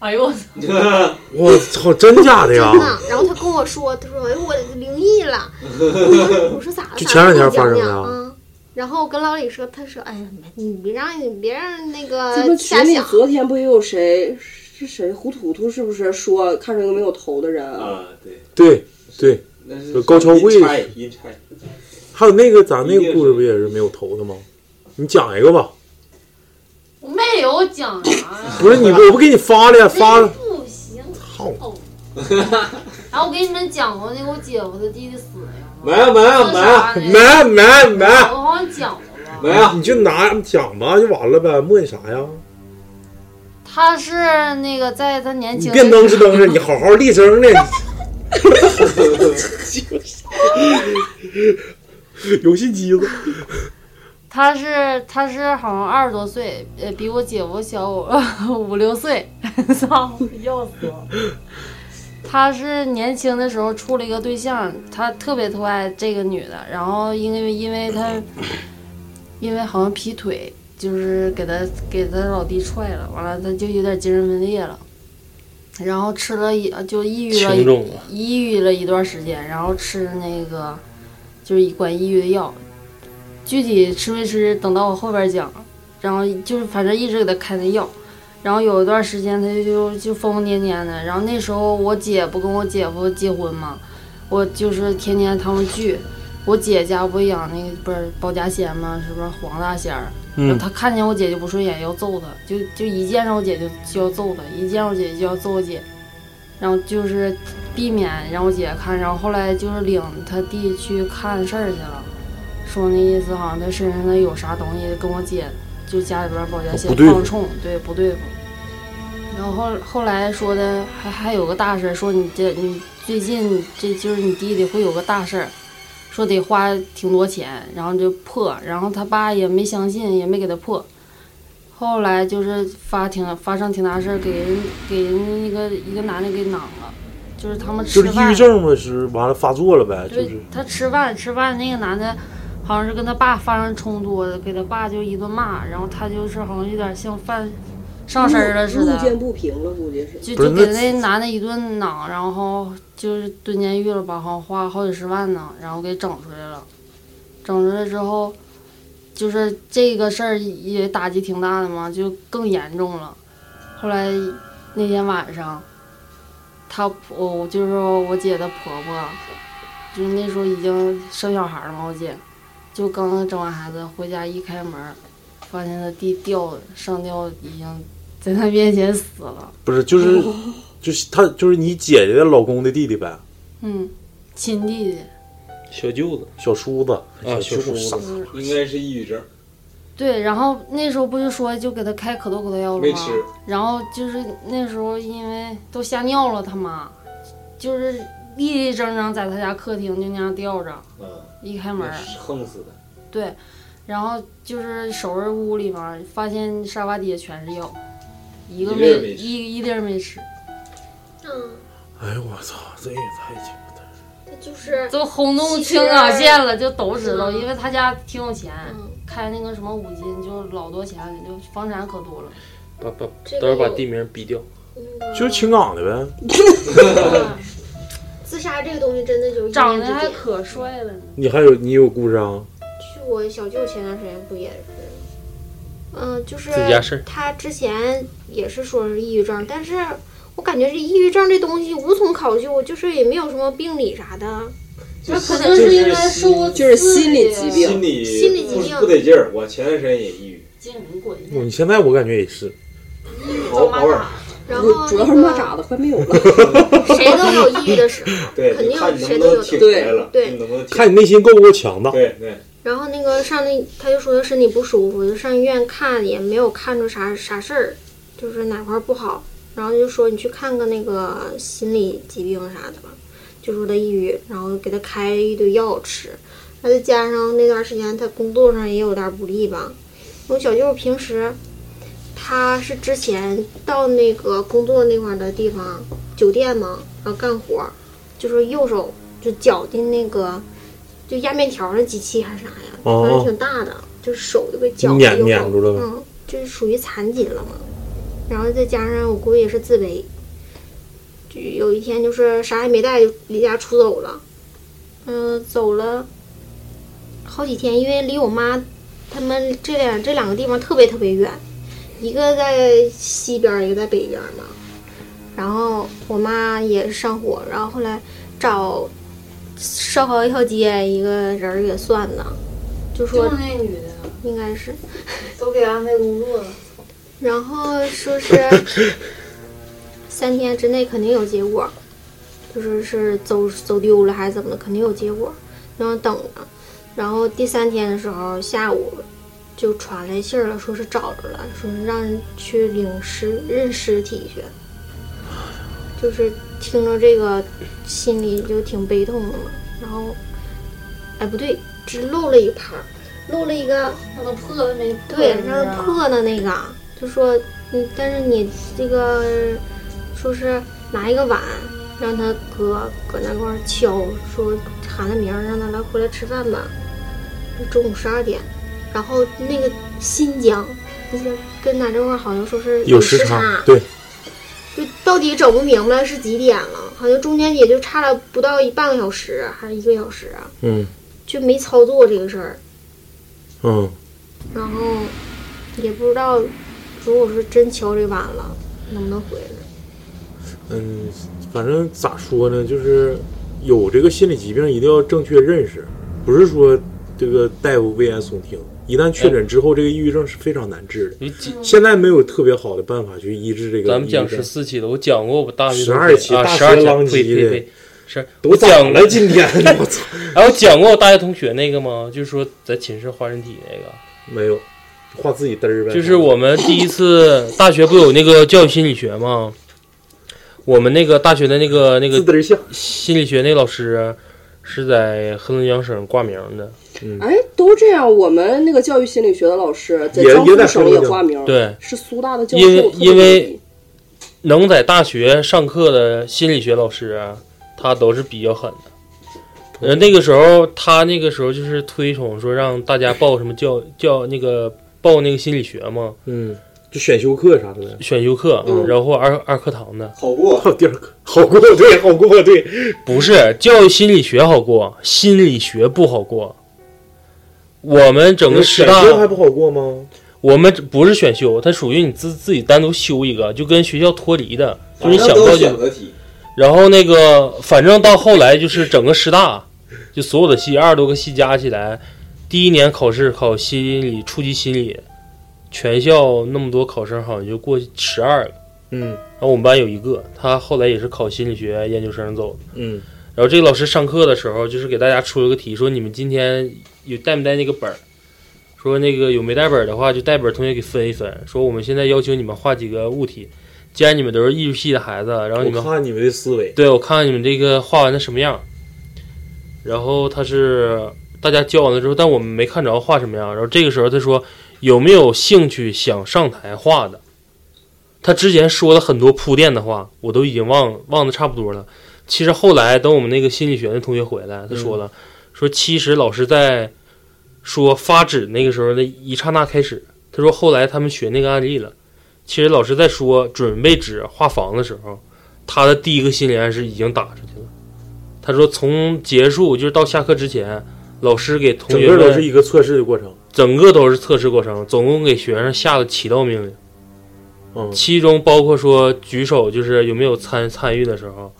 Speaker 8: 哎呦我操！
Speaker 9: 我操，真假的
Speaker 4: 真
Speaker 9: 哎呀？
Speaker 4: 的。然后他跟我说，他说：“哎，我灵异了。”我说：“我说咋了？”
Speaker 9: 就前两天发生的啊
Speaker 4: 咋了啊。然后我跟老李说，他说：“哎呀，你别让你别让那
Speaker 6: 咱们
Speaker 4: 个
Speaker 6: 群
Speaker 4: 瞎
Speaker 6: 里
Speaker 4: 想。”
Speaker 6: 昨天不也有谁是谁胡图图是不是说看上一个没有头的人？
Speaker 7: 啊，对，
Speaker 9: 对对，
Speaker 7: 那是
Speaker 9: 有高超贵
Speaker 7: 阴差阴差
Speaker 9: 还有那个咱那个故事不也是没有头的吗？你讲一个吧，
Speaker 8: 我没有讲啥呀，
Speaker 9: 不是你我不给你发了发了，
Speaker 8: 不行。
Speaker 9: 操！
Speaker 8: 然后我给你们讲过那个我姐夫他弟弟死的呀，
Speaker 3: 啊
Speaker 7: 没有没有没有
Speaker 8: 自杀的
Speaker 9: 没没没，
Speaker 8: 我好像讲过吧？
Speaker 3: 啊
Speaker 7: 没有，
Speaker 9: 你就拿讲吧，就完了呗，磨叽啥呀？
Speaker 8: 他是那个在他年
Speaker 9: 你
Speaker 8: 轻的
Speaker 9: 别
Speaker 8: 时候
Speaker 9: 蹬是蹬是，你好好立正 的。游戏机子，
Speaker 8: 他是他是好像二十多岁，呃，比我姐夫小我呃五六岁， 操，要死我！他是年轻的时候处了一个对象，他特别特爱这个女的，然后因为因为他， 因为好像劈腿，就是给他给他老弟踹了，完了他就有点精神分裂了，然后吃了一就抑郁了
Speaker 2: 轻重啊，
Speaker 8: 抑郁了一段时间，然后吃那个就是管抑郁的药，具体吃没吃，等到我后边讲。然后就是反正一直给他开那药，然后有一段时间他就就疯疯癫癫的。然后那时候我姐不跟我姐夫结婚嘛，我就是天天他们聚。我姐家不养那个不是包家仙吗？是不是黄大仙儿？
Speaker 2: 嗯，
Speaker 8: 他看见我姐就不顺眼，要揍她，就就一见着我姐就就要揍她，一见着我姐就要揍我姐，然后就是避免让我姐看，然后后来就是领他弟去看事儿去了，说那意思好像他身上他有啥东西，跟我姐就家里边儿保家
Speaker 9: 哦不
Speaker 8: 仙
Speaker 9: 对付
Speaker 8: 放冲，对不对付。然后后后来说的还还有个大事儿，说你这你最近这就是你弟弟会有个大事儿，说得花挺多钱，然后就破，然后他爸也没相信，也没给他破。后来就是发挺发生挺大事儿，给人给人一个一个男的给攮了，就是他们吃
Speaker 9: 就是抑
Speaker 8: 饭
Speaker 9: 郁，症嘛，是完了发作了呗，就
Speaker 8: 对
Speaker 9: 是
Speaker 8: 他吃饭吃饭那个男的，好像是跟他爸发生冲突，给他爸就一顿骂，然后他就是好像有点像犯上身儿了似的，
Speaker 6: 路见不平了，估计是。
Speaker 8: 就
Speaker 9: 不是
Speaker 8: 就给
Speaker 9: 那
Speaker 8: 那男的一顿攮，然后就是蹲监狱了吧，好像花好几十万呢，然后给整出来了。整出来之后，就是这个事儿也打击挺大的嘛，就更严重了。后来那天晚上，她我我就是我姐的婆婆，就是那时候已经生小孩了嘛，我姐就刚刚整完孩子回家一开门，发现她弟掉上吊已经在她面前死了。
Speaker 9: 不是就是就是他就是你姐姐的老公的弟弟呗，
Speaker 8: 嗯，亲弟弟，
Speaker 2: 小舅子
Speaker 9: 小叔子
Speaker 2: 啊，小
Speaker 9: 小
Speaker 2: 叔
Speaker 9: 啥？
Speaker 2: 子，
Speaker 7: 应该是抑郁症，
Speaker 8: 对，然后那时候不就说就给他开可多可多药了
Speaker 7: 没
Speaker 8: 吗
Speaker 7: 吃？
Speaker 8: 然后就是那时候因为都吓尿了，他妈就是立立正正在他家客厅就那样吊着，
Speaker 7: 嗯，
Speaker 8: 一开门
Speaker 7: 那，是横死的，
Speaker 8: 对，然后就是收拾屋里嘛，发现沙发底下全是药，一个
Speaker 7: 一
Speaker 8: 没
Speaker 7: 粒儿没吃
Speaker 8: 一一粒儿没吃，
Speaker 4: 嗯，
Speaker 9: 哎呦我操，这也太鸡巴了
Speaker 4: 他就是
Speaker 8: 都轰动
Speaker 4: 其实
Speaker 8: 青岛县了，就都知道，
Speaker 4: 嗯
Speaker 8: 因为他家挺有钱，
Speaker 4: 嗯，
Speaker 8: 开那个什么五金就老多钱，就房产可多了。
Speaker 2: 把把
Speaker 4: 这
Speaker 2: 到时候
Speaker 4: 个
Speaker 2: 把
Speaker 4: 有
Speaker 2: 地名逼掉。
Speaker 4: 那个
Speaker 9: 就是青港的呗。
Speaker 4: 嗯自杀这个东西真的就是一
Speaker 8: 长得
Speaker 4: 念之
Speaker 8: 还
Speaker 4: 间
Speaker 8: 可帅了呢。
Speaker 9: 你还有你有故事啊？
Speaker 4: 去我小舅前段时间不也是，嗯，就是
Speaker 2: 自己家事儿
Speaker 4: 他之前也是说是抑郁症，但是我感觉这抑郁症这东西无从考究，就是也没有什么病理啥的。
Speaker 7: 就
Speaker 8: 可能
Speaker 7: 就是
Speaker 8: 应该受
Speaker 7: 心
Speaker 6: 就是心理疾病
Speaker 7: 心理
Speaker 4: 心理疾
Speaker 7: 不
Speaker 4: 病
Speaker 7: 不得劲儿。我前段时间也抑郁，
Speaker 8: 精神过
Speaker 9: 我
Speaker 6: 嗯
Speaker 9: 你现在我感觉也是，
Speaker 7: 偶偶尔
Speaker 4: 然后
Speaker 6: 我主要是
Speaker 4: 那
Speaker 6: 骂
Speaker 4: 个
Speaker 6: 咋的，快没有了。
Speaker 4: 谁都有抑郁的时候。
Speaker 7: 对，
Speaker 4: 肯定
Speaker 7: 就看你能
Speaker 4: 谁
Speaker 7: 不
Speaker 4: 都有
Speaker 7: 能挺过来了，
Speaker 4: 对
Speaker 7: 你能不能挺
Speaker 9: 看你内心够不够强大。
Speaker 7: 对对，
Speaker 4: 然后那个上那，他就说他身体不舒服，就上医院看，也没有看出啥啥事儿，就是哪块儿不好，然后就说你去看看那个心理疾病啥的吧，就说他抑郁，然后给他开一堆药吃，那再加上那段时间他工作上也有点不利吧，我小舅平时他是之前到那个工作那块儿的地方酒店嘛，然后干活儿，就是右手就绞进那个。就压面条那机器还是啥呀，
Speaker 9: 哦
Speaker 4: 反正挺大的，就是手就给绞
Speaker 9: 碾
Speaker 4: 右手
Speaker 9: 碾住了呗
Speaker 4: 嗯，就是属于残疾了嘛。嗯然后再加上我估计也是自卑，就有一天就是啥也没带就离家出走了，嗯、走了好几天，因为离我妈他们这两这两个地方特别特别远，一个在西边儿，一个在北边儿嘛。然后我妈也是上火，然后后来找烧烤一条街一个人儿给算的，就
Speaker 8: 就
Speaker 4: 说
Speaker 8: 是那女的，
Speaker 4: 应该是，
Speaker 8: 都给安排工作了。
Speaker 4: 然后说是三天之内肯定有结果，就是是走走丢了还是怎么的，肯定有结果，然后等着。然后第三天的时候下午，就传来信儿了，说是找着了，说是让人去领尸认尸体去。就是听着这个，心里就挺悲痛的嘛。然后，哎，不对，只漏了一盘儿，漏了一个
Speaker 5: 让它破了没？
Speaker 4: 对，让人破的那个，就说你，但是你这个说是拿一个碗，让他哥搁那块儿敲，说喊他名儿，让他来回来吃饭吧。中午十二点，然后那个新疆，就是跟咱这块儿好像说是
Speaker 3: 有
Speaker 4: 时
Speaker 3: 时差，对，
Speaker 4: 就到底整不明白是几点了，好像中间也就差了不到一半个小时，还是一个小时啊，
Speaker 3: 嗯
Speaker 4: 就没操作这个事儿。
Speaker 3: 嗯，
Speaker 4: 然后也不知道，如果是真敲这碗了，能不能回来？
Speaker 3: 嗯，反正咋说呢，就是有这个心理疾病，一定要正确认识，不是说这个大夫危言耸听。一旦确诊之后，这个抑郁症是非常难治的。
Speaker 2: 你几
Speaker 3: 现在没有特别好的办法去医治这个抑郁症。
Speaker 2: 嗯咱们讲十四期了，我讲过我大学
Speaker 3: 12期
Speaker 2: 啊，
Speaker 3: 大
Speaker 2: 十二
Speaker 3: 学狼
Speaker 2: 呸
Speaker 3: 藉
Speaker 2: 呸
Speaker 3: 的
Speaker 2: 呸，是
Speaker 3: 都
Speaker 2: 讲
Speaker 3: 讲了今天， 我操，
Speaker 2: 哎，我讲过我大学同学那个吗？就是说在寝室画人体那个，
Speaker 3: 没有，画自己嘚儿呗。
Speaker 2: 就是我们第一次大学不有那个教育心理学吗？我们那个大学的那个那
Speaker 3: 自
Speaker 2: 个
Speaker 3: 嘚儿像，
Speaker 2: 心理学那个老师是在黑龙江省挂名的，
Speaker 6: 哎，都这样。我们那个教育心理学的老师在
Speaker 3: 也
Speaker 6: 江
Speaker 3: 也在
Speaker 6: 苏省
Speaker 3: 黑龙
Speaker 6: 也
Speaker 3: 江
Speaker 6: 化名，，
Speaker 2: 对，
Speaker 6: 是苏大的教授，
Speaker 2: 因为
Speaker 6: 特别
Speaker 2: 因为
Speaker 6: 牛逼
Speaker 2: 能在大学上课的心理学老师啊，他都是比较狠的。呃，那个时候他那个时候就是推崇说让大家报什么教教那个报那个心理学嘛，
Speaker 3: 嗯，就选修课啥的呗。
Speaker 2: 选修课，然后二二课堂的，
Speaker 7: 好过
Speaker 3: 还有第二课，好过对，好过对，
Speaker 2: 不是教育心理学好过，心理学不好过。我们整个师
Speaker 3: 选
Speaker 2: 大
Speaker 3: 修还不好过吗？
Speaker 2: 我们不是选修，它属于你自自己单独修一个，就跟学校脱离的，就
Speaker 7: 反
Speaker 2: 你想
Speaker 7: 正都
Speaker 2: 报
Speaker 7: 是
Speaker 2: 就
Speaker 7: 选择题，
Speaker 2: 然后那个，反正到后来就是整个师大，就所有的系二十多个系加起来，第一年考试考心理初级心理，全校那么多考生好像就过十二个，
Speaker 3: 嗯
Speaker 2: 然后我们班有一个，他后来也是考心理学研究生走的。
Speaker 3: 嗯
Speaker 2: 然后这个老师上课的时候，就是给大家出了个题，说你们今天有带没带那个本儿？说那个有没带本儿的话，就带本儿同学给分一分。说我们现在要求你们画几个物体，既然你们都是艺术系的孩子，然后你
Speaker 3: 我
Speaker 2: 们
Speaker 3: 看你们的思维，
Speaker 2: 对，我看看你们这个画完的什么样。然后他是大家教完了之后，但我们没看着画什么样。然后这个时候他说有没有兴趣想上台画的？他之前说了很多铺垫的话，我都已经忘忘的差不多了。其实后来等我们那个心理学的同学回来，他说了，说其实老师在说发指那个时候的一刹那开始，他说后来他们学那个案例了。其实老师在说准备纸画房的时候，他的第一个心理暗示已经打出去了。他说从结束就是到下课之前，老师给同
Speaker 3: 整
Speaker 2: 学
Speaker 3: 个
Speaker 2: 们
Speaker 3: 都是一个测试的过程。
Speaker 2: 整个都是测试过程，总共给学生下了七道命令，
Speaker 3: 嗯
Speaker 2: 其中包括说举手就是有没有参参与的时候，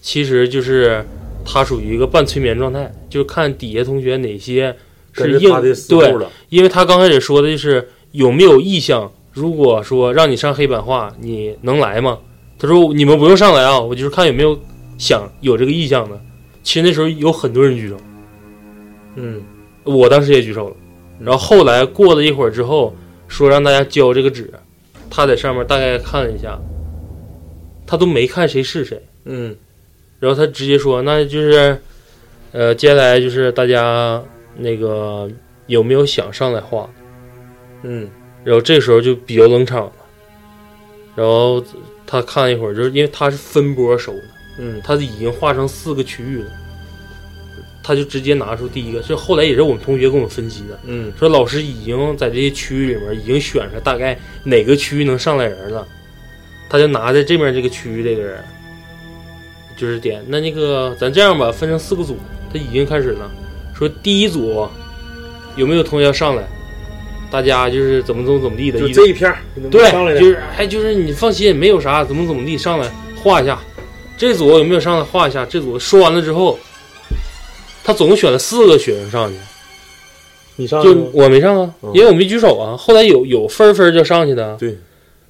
Speaker 2: 其实就是他属于一个半催眠状态，就是看底下同学哪些
Speaker 3: 跟
Speaker 2: 是
Speaker 3: 着
Speaker 2: 硬
Speaker 3: 他的思
Speaker 2: 对
Speaker 3: 路，了，
Speaker 2: 因为他刚开始说的就是有没有意向，如果说让你上黑板画，你能来吗？他说你们不用上来啊，我就是看有没有想有这个意向的。其实那时候有很多人举手，
Speaker 3: 嗯，
Speaker 2: 我当时也举手了，然后后来过了一会儿之后，说让大家交这个纸，他在上面大概看了一下，他都没看谁是谁，
Speaker 3: 嗯，
Speaker 2: 然后他直接说，那就是，呃，接下来就是大家那个有没有想上来画，
Speaker 3: 嗯，
Speaker 2: 然后这时候就比较冷场了，然后他看了一会儿，就是因为他是分波收的，
Speaker 3: 嗯，
Speaker 2: 他已经画成四个区域了，他就直接拿出第一个，这后来也是我们同学跟我们分析的。
Speaker 3: 嗯，
Speaker 2: 说老师已经在这些区域里面已经选出大概哪个区域能上来人了，他就拿在这面这个区域这个人，就是点那那个咱这样吧，分成四个组，他已经开始了，说第一组有没有同学要上来，大家就是怎么怎么怎么地的，
Speaker 3: 就
Speaker 2: 一
Speaker 3: 这一片儿，你能不能上来
Speaker 2: 对，
Speaker 3: 点
Speaker 2: 就是哎，就是你放心，没有啥，怎么怎么地，上来画一下。这组有没有上来画一下？这组说完了之后，他总共选了四个学生上去，
Speaker 3: 你上来
Speaker 2: 就
Speaker 3: 吗
Speaker 2: 我没上啊
Speaker 3: 嗯，
Speaker 2: 因为我没举手啊。后来有有分分就上去的，
Speaker 3: 对，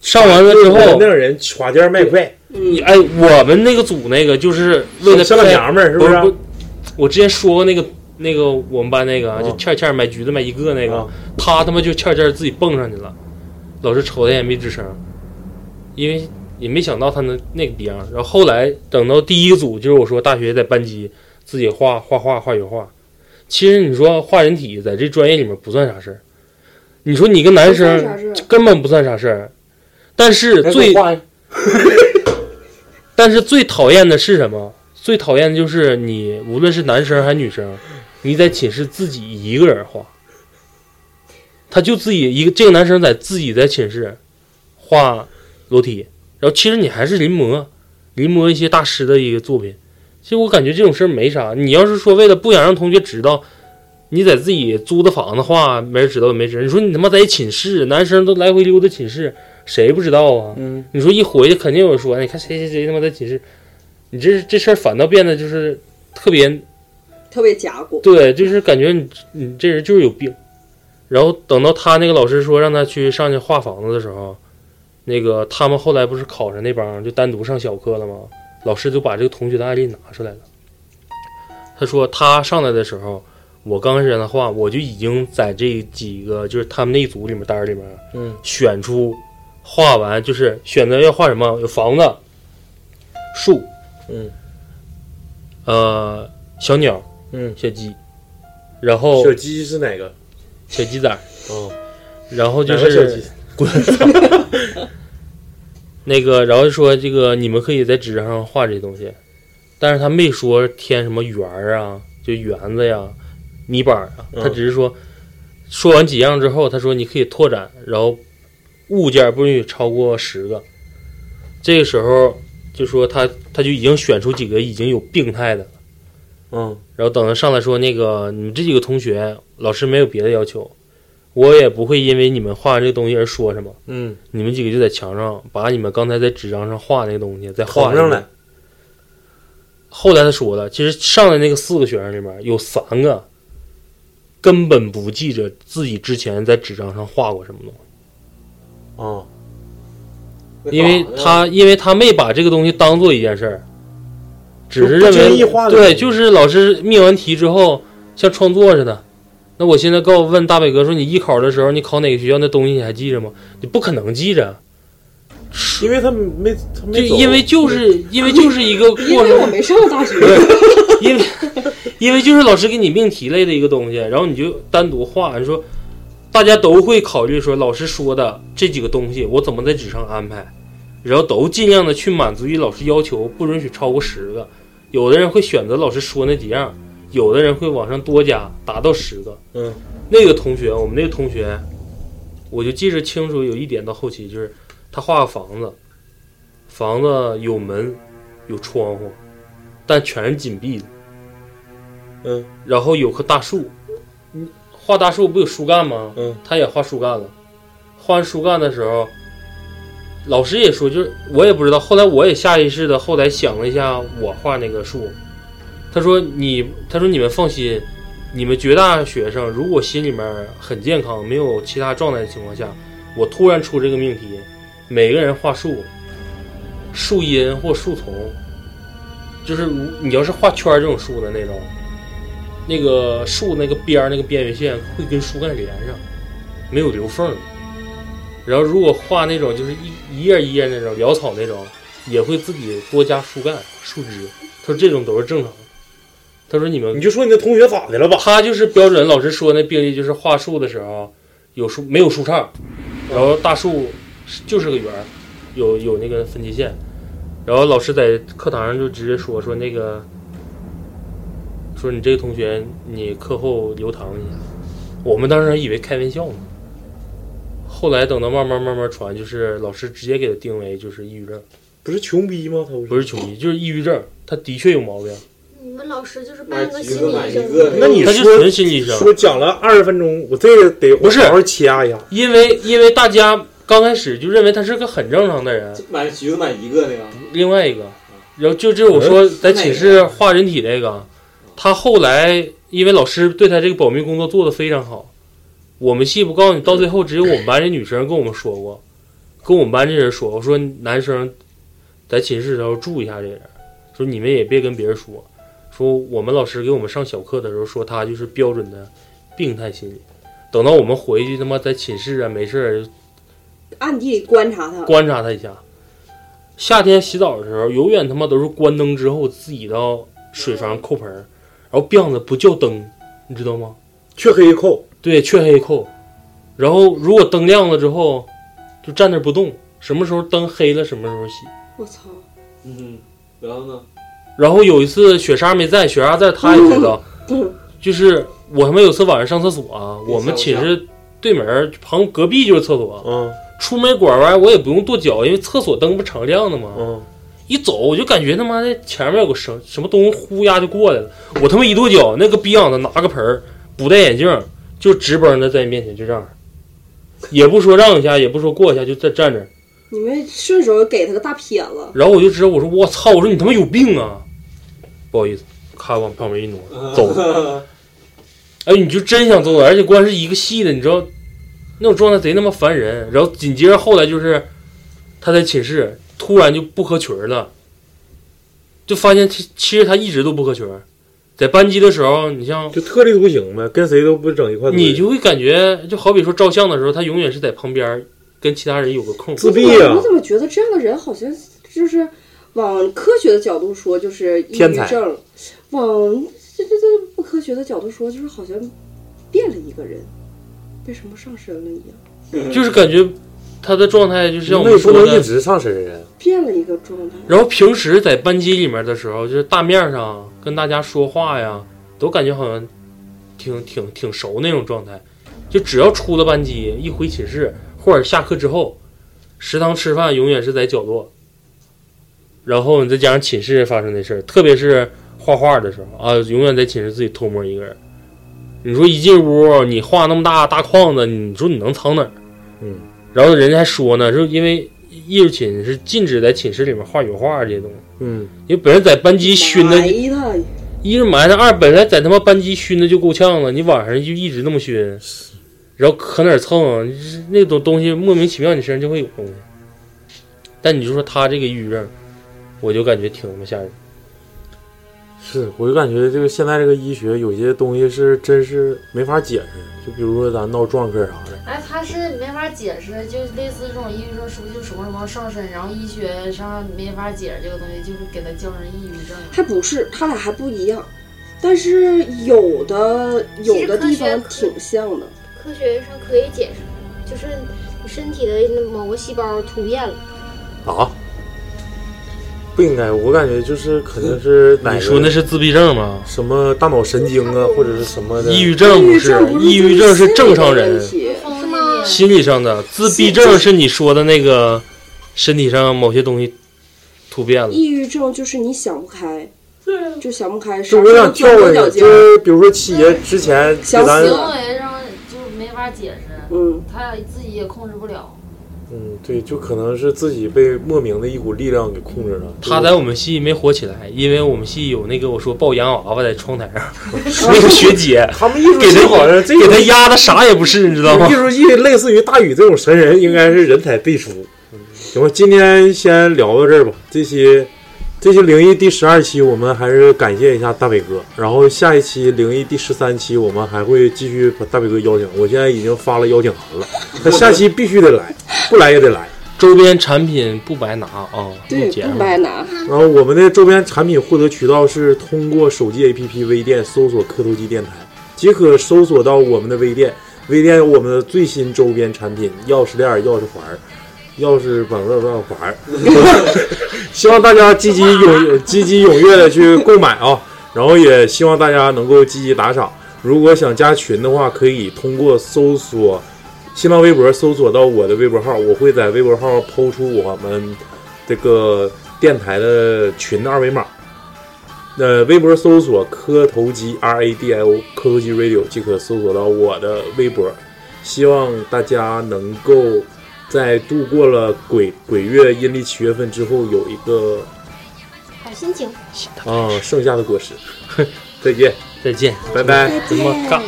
Speaker 2: 上完了之
Speaker 3: 就是
Speaker 2: 后
Speaker 3: 那，种人耍尖儿卖快，
Speaker 2: 你哎，我们那个组那个就是为了
Speaker 3: 像老
Speaker 2: 拍
Speaker 3: 娘们儿是啊
Speaker 2: 不
Speaker 3: 不是？
Speaker 2: 不，我之前说过那个那个我们班那个啊就欠欠买橘子买一个那个
Speaker 9: 啊，
Speaker 2: 他他妈就欠欠自己蹦上去了，老师瞅他也没吱声，因为也没想到他能那个逼样。然后后来等到第一组，就是我说大学在班级自己画画画画油画，其实你说画人体在这专业里面不算啥事儿，你说你一个男
Speaker 6: 不算啥事
Speaker 2: 生
Speaker 6: 儿
Speaker 2: 根本不算啥事儿，但是最
Speaker 9: 画呀
Speaker 2: 但是最讨厌的是什么？最讨厌的就是你，无论是男生还是女生，你在寝室自己一个人画。他就自己一个，这个男生在自己在寝室画裸体，然后其实你还是临摹，临摹一些大师的一个作品。其实我感觉这种事儿没啥。你要是说为了不想让同学知道，你在自己租的房子画，没人知道也没事儿。你说你他妈在一寝室，男生都来回溜达寝室，谁不知道啊？
Speaker 9: 嗯，
Speaker 2: 你说一回去肯定有人说，你看谁谁谁他妈在寝室，你这这事儿反倒变得就是特别
Speaker 6: 特别夹过。
Speaker 2: 对，就是感觉你你这人就是有病。然后等到他那个老师说让他去上去画房子的时候，那个他们后来不是考上那帮就单独上小课了吗？老师就把这个同学的案例拿出来了。他说他上来的时候，我刚开始让他画，我就已经在这几个就是他们那一组里面单儿里面，
Speaker 9: 嗯，
Speaker 2: 选出画完就是选择要画什么，有房子、树，
Speaker 9: 嗯，
Speaker 2: 呃，小鸟，
Speaker 9: 嗯，
Speaker 2: 小鸡，然后
Speaker 9: 小鸡是哪个？
Speaker 2: 小鸡仔儿，
Speaker 3: 嗯
Speaker 9: 哦，
Speaker 2: 然后就
Speaker 9: 哪个小
Speaker 2: 是
Speaker 9: 鸡？
Speaker 2: 那个，然后就说这个你们可以在纸上画这些东西，但是他没说添什么圆儿啊，就圆子呀、泥板儿啊，
Speaker 9: 嗯
Speaker 2: 他只是说说完几样之后，他说你可以拓展，然后物件不允许超过十个。这个时候就说他他就已经选出几个已经有病态的了，
Speaker 9: 嗯
Speaker 2: 然后等他上来说那个你们这几个同学，老师没有别的要求，我也不会因为你们画完这个东西而说什么。
Speaker 9: 嗯，
Speaker 2: 你们几个就在墙上把你们刚才在纸张上画那个东西再画
Speaker 9: 捧
Speaker 2: 一遍
Speaker 9: 上来。。
Speaker 2: 后来他说了，其实上来那个四个学生里面有三个根本不记着自己之前在纸张上画过什么东西，
Speaker 3: 嗯
Speaker 9: 啊，
Speaker 2: 因为他因为他没把这个东西当做一件事儿，只是认
Speaker 9: 就不经
Speaker 2: 为
Speaker 9: 意画的
Speaker 2: 对，
Speaker 9: 东西
Speaker 2: 就是老师命完题之后像创作似的。那我现在告问大伟哥说，你艺考的时候你考哪个学校那东西你还记着吗？你不可能记着，
Speaker 9: 因为他没他
Speaker 2: 就
Speaker 9: 没走，
Speaker 2: 因为就是因为就是一个
Speaker 6: 因
Speaker 2: 过
Speaker 6: 为我
Speaker 2: 程。
Speaker 6: 没上大学，
Speaker 2: 因为因为就是老师给你命题类的一个东西，然后你就单独画，你说大家都会考虑说老师说的这几个东西，我怎么在纸上安排，然后都尽量的去满足于老师要求，不允许超过十个。有的人会选择老师说那几样，有的人会往上多加，达到十个。
Speaker 9: 嗯，
Speaker 2: 那个同学，我们那个同学，我就记着清楚有一点到后期就是他画个房子，房子有门有窗户，但全是紧闭的。
Speaker 9: 嗯，
Speaker 2: 然后有棵大树，嗯画大树不有树干吗？
Speaker 9: 嗯，
Speaker 2: 他也画树干了。画完树干的时候，老师也说，就是我也不知道。后来我也下意识的后来想了一下，我画那个树，他说你，他说你们放心，你们绝大学生如果心里面很健康，没有其他状态的情况下，我突然出这个命题，每个人画树，树荫或树丛，就是如你要是画圈儿这种树的那种，那个树那个边儿那个边缘线会跟树干连上，没有留缝儿。然后如果画那种就是一一页一页那种潦草那种，也会自己多加树干、树枝。他说这种都是正常的。他说你们
Speaker 9: 你就说你那同学咋的了吧？
Speaker 2: 他就是标准老师说那病例，就是画树的时候有树没有树杈，然后大树是就是个圆儿，有有那个分界线，然后老师在课堂上就直接说说那个，说你这个同学你课后留堂一下，我们当时还以为开玩笑呢，后来等到慢慢慢慢传，就是老师直接给他定为就是抑郁症，
Speaker 9: 不是穷逼吗？他不
Speaker 2: 不是穷逼，就是抑郁症，他的确有毛病，
Speaker 4: 你们老师就是
Speaker 7: 买
Speaker 4: 半个
Speaker 7: 几
Speaker 4: 心
Speaker 7: 个买
Speaker 4: 理医
Speaker 7: 一个
Speaker 4: 生，，
Speaker 9: 那你
Speaker 2: 他
Speaker 9: 说
Speaker 2: 就纯心理医生。
Speaker 9: 说讲了二十分钟，我这个得
Speaker 2: 不是
Speaker 9: 好好掐一下。
Speaker 2: 因为因为大家刚开始就认为他是个很正常的人。
Speaker 7: 买橘子买一个那个，
Speaker 2: 另外一个，然后就就是我说在寝室画人体那个，他后来因为老师对他这个保密工作做得非常好，我们系不告诉你，到最后只有我们班这女生跟我们说过，跟我们班这人说，我说男生在寝室的时候注意一下这人，说你们也别跟别人说，说我们老师给我们上小课的时候说他就是标准的病态心理。等到我们回去他妈在寝室啊没事儿
Speaker 6: 暗地里观察他，
Speaker 2: 观察他一下。夏天洗澡的时候，永远他妈都是关灯之后自己到水房扣盆儿，然后辫子不叫灯，你知道吗？
Speaker 3: 黢黑扣，
Speaker 2: 对，黢黑扣。然后如果灯亮了之后，就站那儿不动，什么时候灯黑了什么时候洗。
Speaker 6: 我操，
Speaker 7: 嗯，然后呢？
Speaker 2: 然后有一次雪莎没在，雪莎在她也知道，就是我他妈有次晚上上厕所啊，我们寝室对门儿旁隔壁就是厕所，
Speaker 3: 嗯
Speaker 2: 出门拐弯我也不用跺脚，因为厕所灯不常亮的嘛。
Speaker 3: 嗯，
Speaker 2: 一走我就感觉他妈的前面有个什什么东西呼呀就过来了，我他妈一跺脚，那个逼样子拿个盆儿，不戴眼镜，就直蹦的在你面前就这样，也不说让一下，也不说过一下，就在站着。
Speaker 6: 你们顺手给他个大撇子，
Speaker 2: 然后我就知道，我说我操，我说你他妈有病啊！不好意思，咔往旁边一挪， 走。哎，你就真想揍他，而且关键是一个系的，你知道那种状态贼他妈烦人。然后紧接着后来就是他在寝室突然就不合群儿了，就发现其其实他一直都不合群儿。在班级的时候，你像
Speaker 3: 就特立独行呗，跟谁都不整一块堆。
Speaker 2: 你就会感觉，就好比说照相的时候，他永远是在旁边儿跟其他人有个空。
Speaker 3: 自闭
Speaker 2: 啊
Speaker 3: 呀、
Speaker 6: 我怎么觉得这样的人好像就是往科学的角度说就是抑
Speaker 3: 天
Speaker 6: 郁
Speaker 3: 才
Speaker 6: 症，往这这这不科学的角度说就是好像变了一个人，被什么上身了一样，
Speaker 2: 就是感觉他的状态就像我
Speaker 3: 那也
Speaker 2: 们说
Speaker 3: 不能
Speaker 2: 的，
Speaker 3: 一直上身啊。
Speaker 6: 变了一个状态。
Speaker 2: 然后平时在班级里面的时候，就是大面上跟大家说话呀，都感觉好像挺挺挺熟那种状态。就只要出了班级，一回寝室或者下课之后，食堂吃饭永远是在角落。然后你再加上寝室发生的事儿，特别是画画的时候啊，永远在寝室自己偷摸一个人。你说一进屋，你画那么大大框子，你说你能藏哪儿？
Speaker 3: 嗯，
Speaker 2: 然后人家还说呢，说因为艺术寝是禁止在寝室里面画油画这些东西，
Speaker 3: 嗯，
Speaker 2: 因为本身在班级熏的，
Speaker 6: 埋他，
Speaker 2: 一是埋汰，二本来在他妈班级熏的就够呛了，你晚上就一直那么熏，然后可哪儿蹭，你是那种东西莫名其妙你身上就会有东西。但你就说他这个抑郁症，我就感觉挺他妈吓人。
Speaker 3: 是，我就感觉这个现在这个医学有些东西是真是没法解释，就比如说咱闹撞课啥的，
Speaker 8: 哎，他是没法解释，就类似这种抑郁症，是不是就什么什么上身，然后医学上没法解释这个东西，就是给他叫成抑郁症。
Speaker 6: 还不是，他俩还不一样，但是有的有的地方
Speaker 4: 其实科学
Speaker 6: 挺像的。
Speaker 4: 科学上可以解释，就是你身体的某个细胞突变了。
Speaker 3: 啊，不应该，我感觉就是肯定是哪
Speaker 2: 嗯
Speaker 3: 个
Speaker 2: 你说那是自闭症吗？
Speaker 3: 什么大脑神经啊，或者是什么的
Speaker 2: 抑郁
Speaker 6: 抑
Speaker 2: 症
Speaker 6: 郁
Speaker 2: 是
Speaker 6: 症，不
Speaker 2: 抑郁
Speaker 6: 就
Speaker 2: 症是
Speaker 6: 心理
Speaker 2: 正常
Speaker 6: 的问
Speaker 2: 人
Speaker 6: 题
Speaker 8: 疯
Speaker 4: 是吗
Speaker 2: 心理上的，自闭症是你说的那个身体上某些东西突变了。
Speaker 6: 抑郁症就是你想不开，就想不开，
Speaker 3: 就
Speaker 6: 啥
Speaker 3: 我
Speaker 6: 事
Speaker 3: 想
Speaker 6: 都
Speaker 3: 跳
Speaker 6: 钻牛
Speaker 3: 过
Speaker 6: 角
Speaker 3: 去，
Speaker 6: 尖
Speaker 3: 就
Speaker 6: 儿。
Speaker 3: 是比如说七爷之前给
Speaker 6: 想
Speaker 3: 咱
Speaker 6: 死，
Speaker 8: 行为上就没法解释，
Speaker 6: 嗯，
Speaker 8: 他自己也控制不了。
Speaker 3: 嗯，对，就可能是自己被莫名的一股力量给控制了。
Speaker 2: 他在我们系没火起来，因为我们系有那个我说抱洋娃娃在窗台上， 那个学姐
Speaker 3: 他们艺术
Speaker 2: 给
Speaker 3: 系
Speaker 2: 他
Speaker 3: 好像这
Speaker 2: 给
Speaker 3: 种
Speaker 2: 他压的啥也不是，你知道吗
Speaker 3: 艺？术系类似于大宇这种神人，应该是人才辈出。行吧，今天先聊到这儿吧。这期这期灵异第十二期，我们还是感谢一下大伟哥。然后下一期灵异第十三期，我们还会继续把大伟哥邀请。我现在已经发了邀请函了，他下期必须得来，不来也得来。
Speaker 2: 周边产品不白拿啊，
Speaker 6: 对
Speaker 2: 录，节
Speaker 6: 不
Speaker 2: 目。
Speaker 6: 白拿。
Speaker 3: 然后我们的周边产品获得渠道是通过手机 APP 微店搜索“磕头机电台”，即可搜索到我们的微店。微店有我们的最新周边产品：钥匙链、钥匙环、钥匙板块、钥匙环。希望大家积极踊积极踊跃的去购买啊！然后也希望大家能够积极打赏。如果想加群的话，可以通过搜索新浪微博搜索到我的微博号，我会在微博号抛出我们这个电台的群的二维码。呃，微博搜索磕头机 R A D I O 磕头机 Radio 即可搜索到我的微博。希望大家能够在度过了鬼鬼月阴历七月份之后，有一个
Speaker 4: 好心情。
Speaker 3: 啊、盛夏的果实。再见，
Speaker 2: 再见。
Speaker 3: 拜拜。
Speaker 2: 怎么干？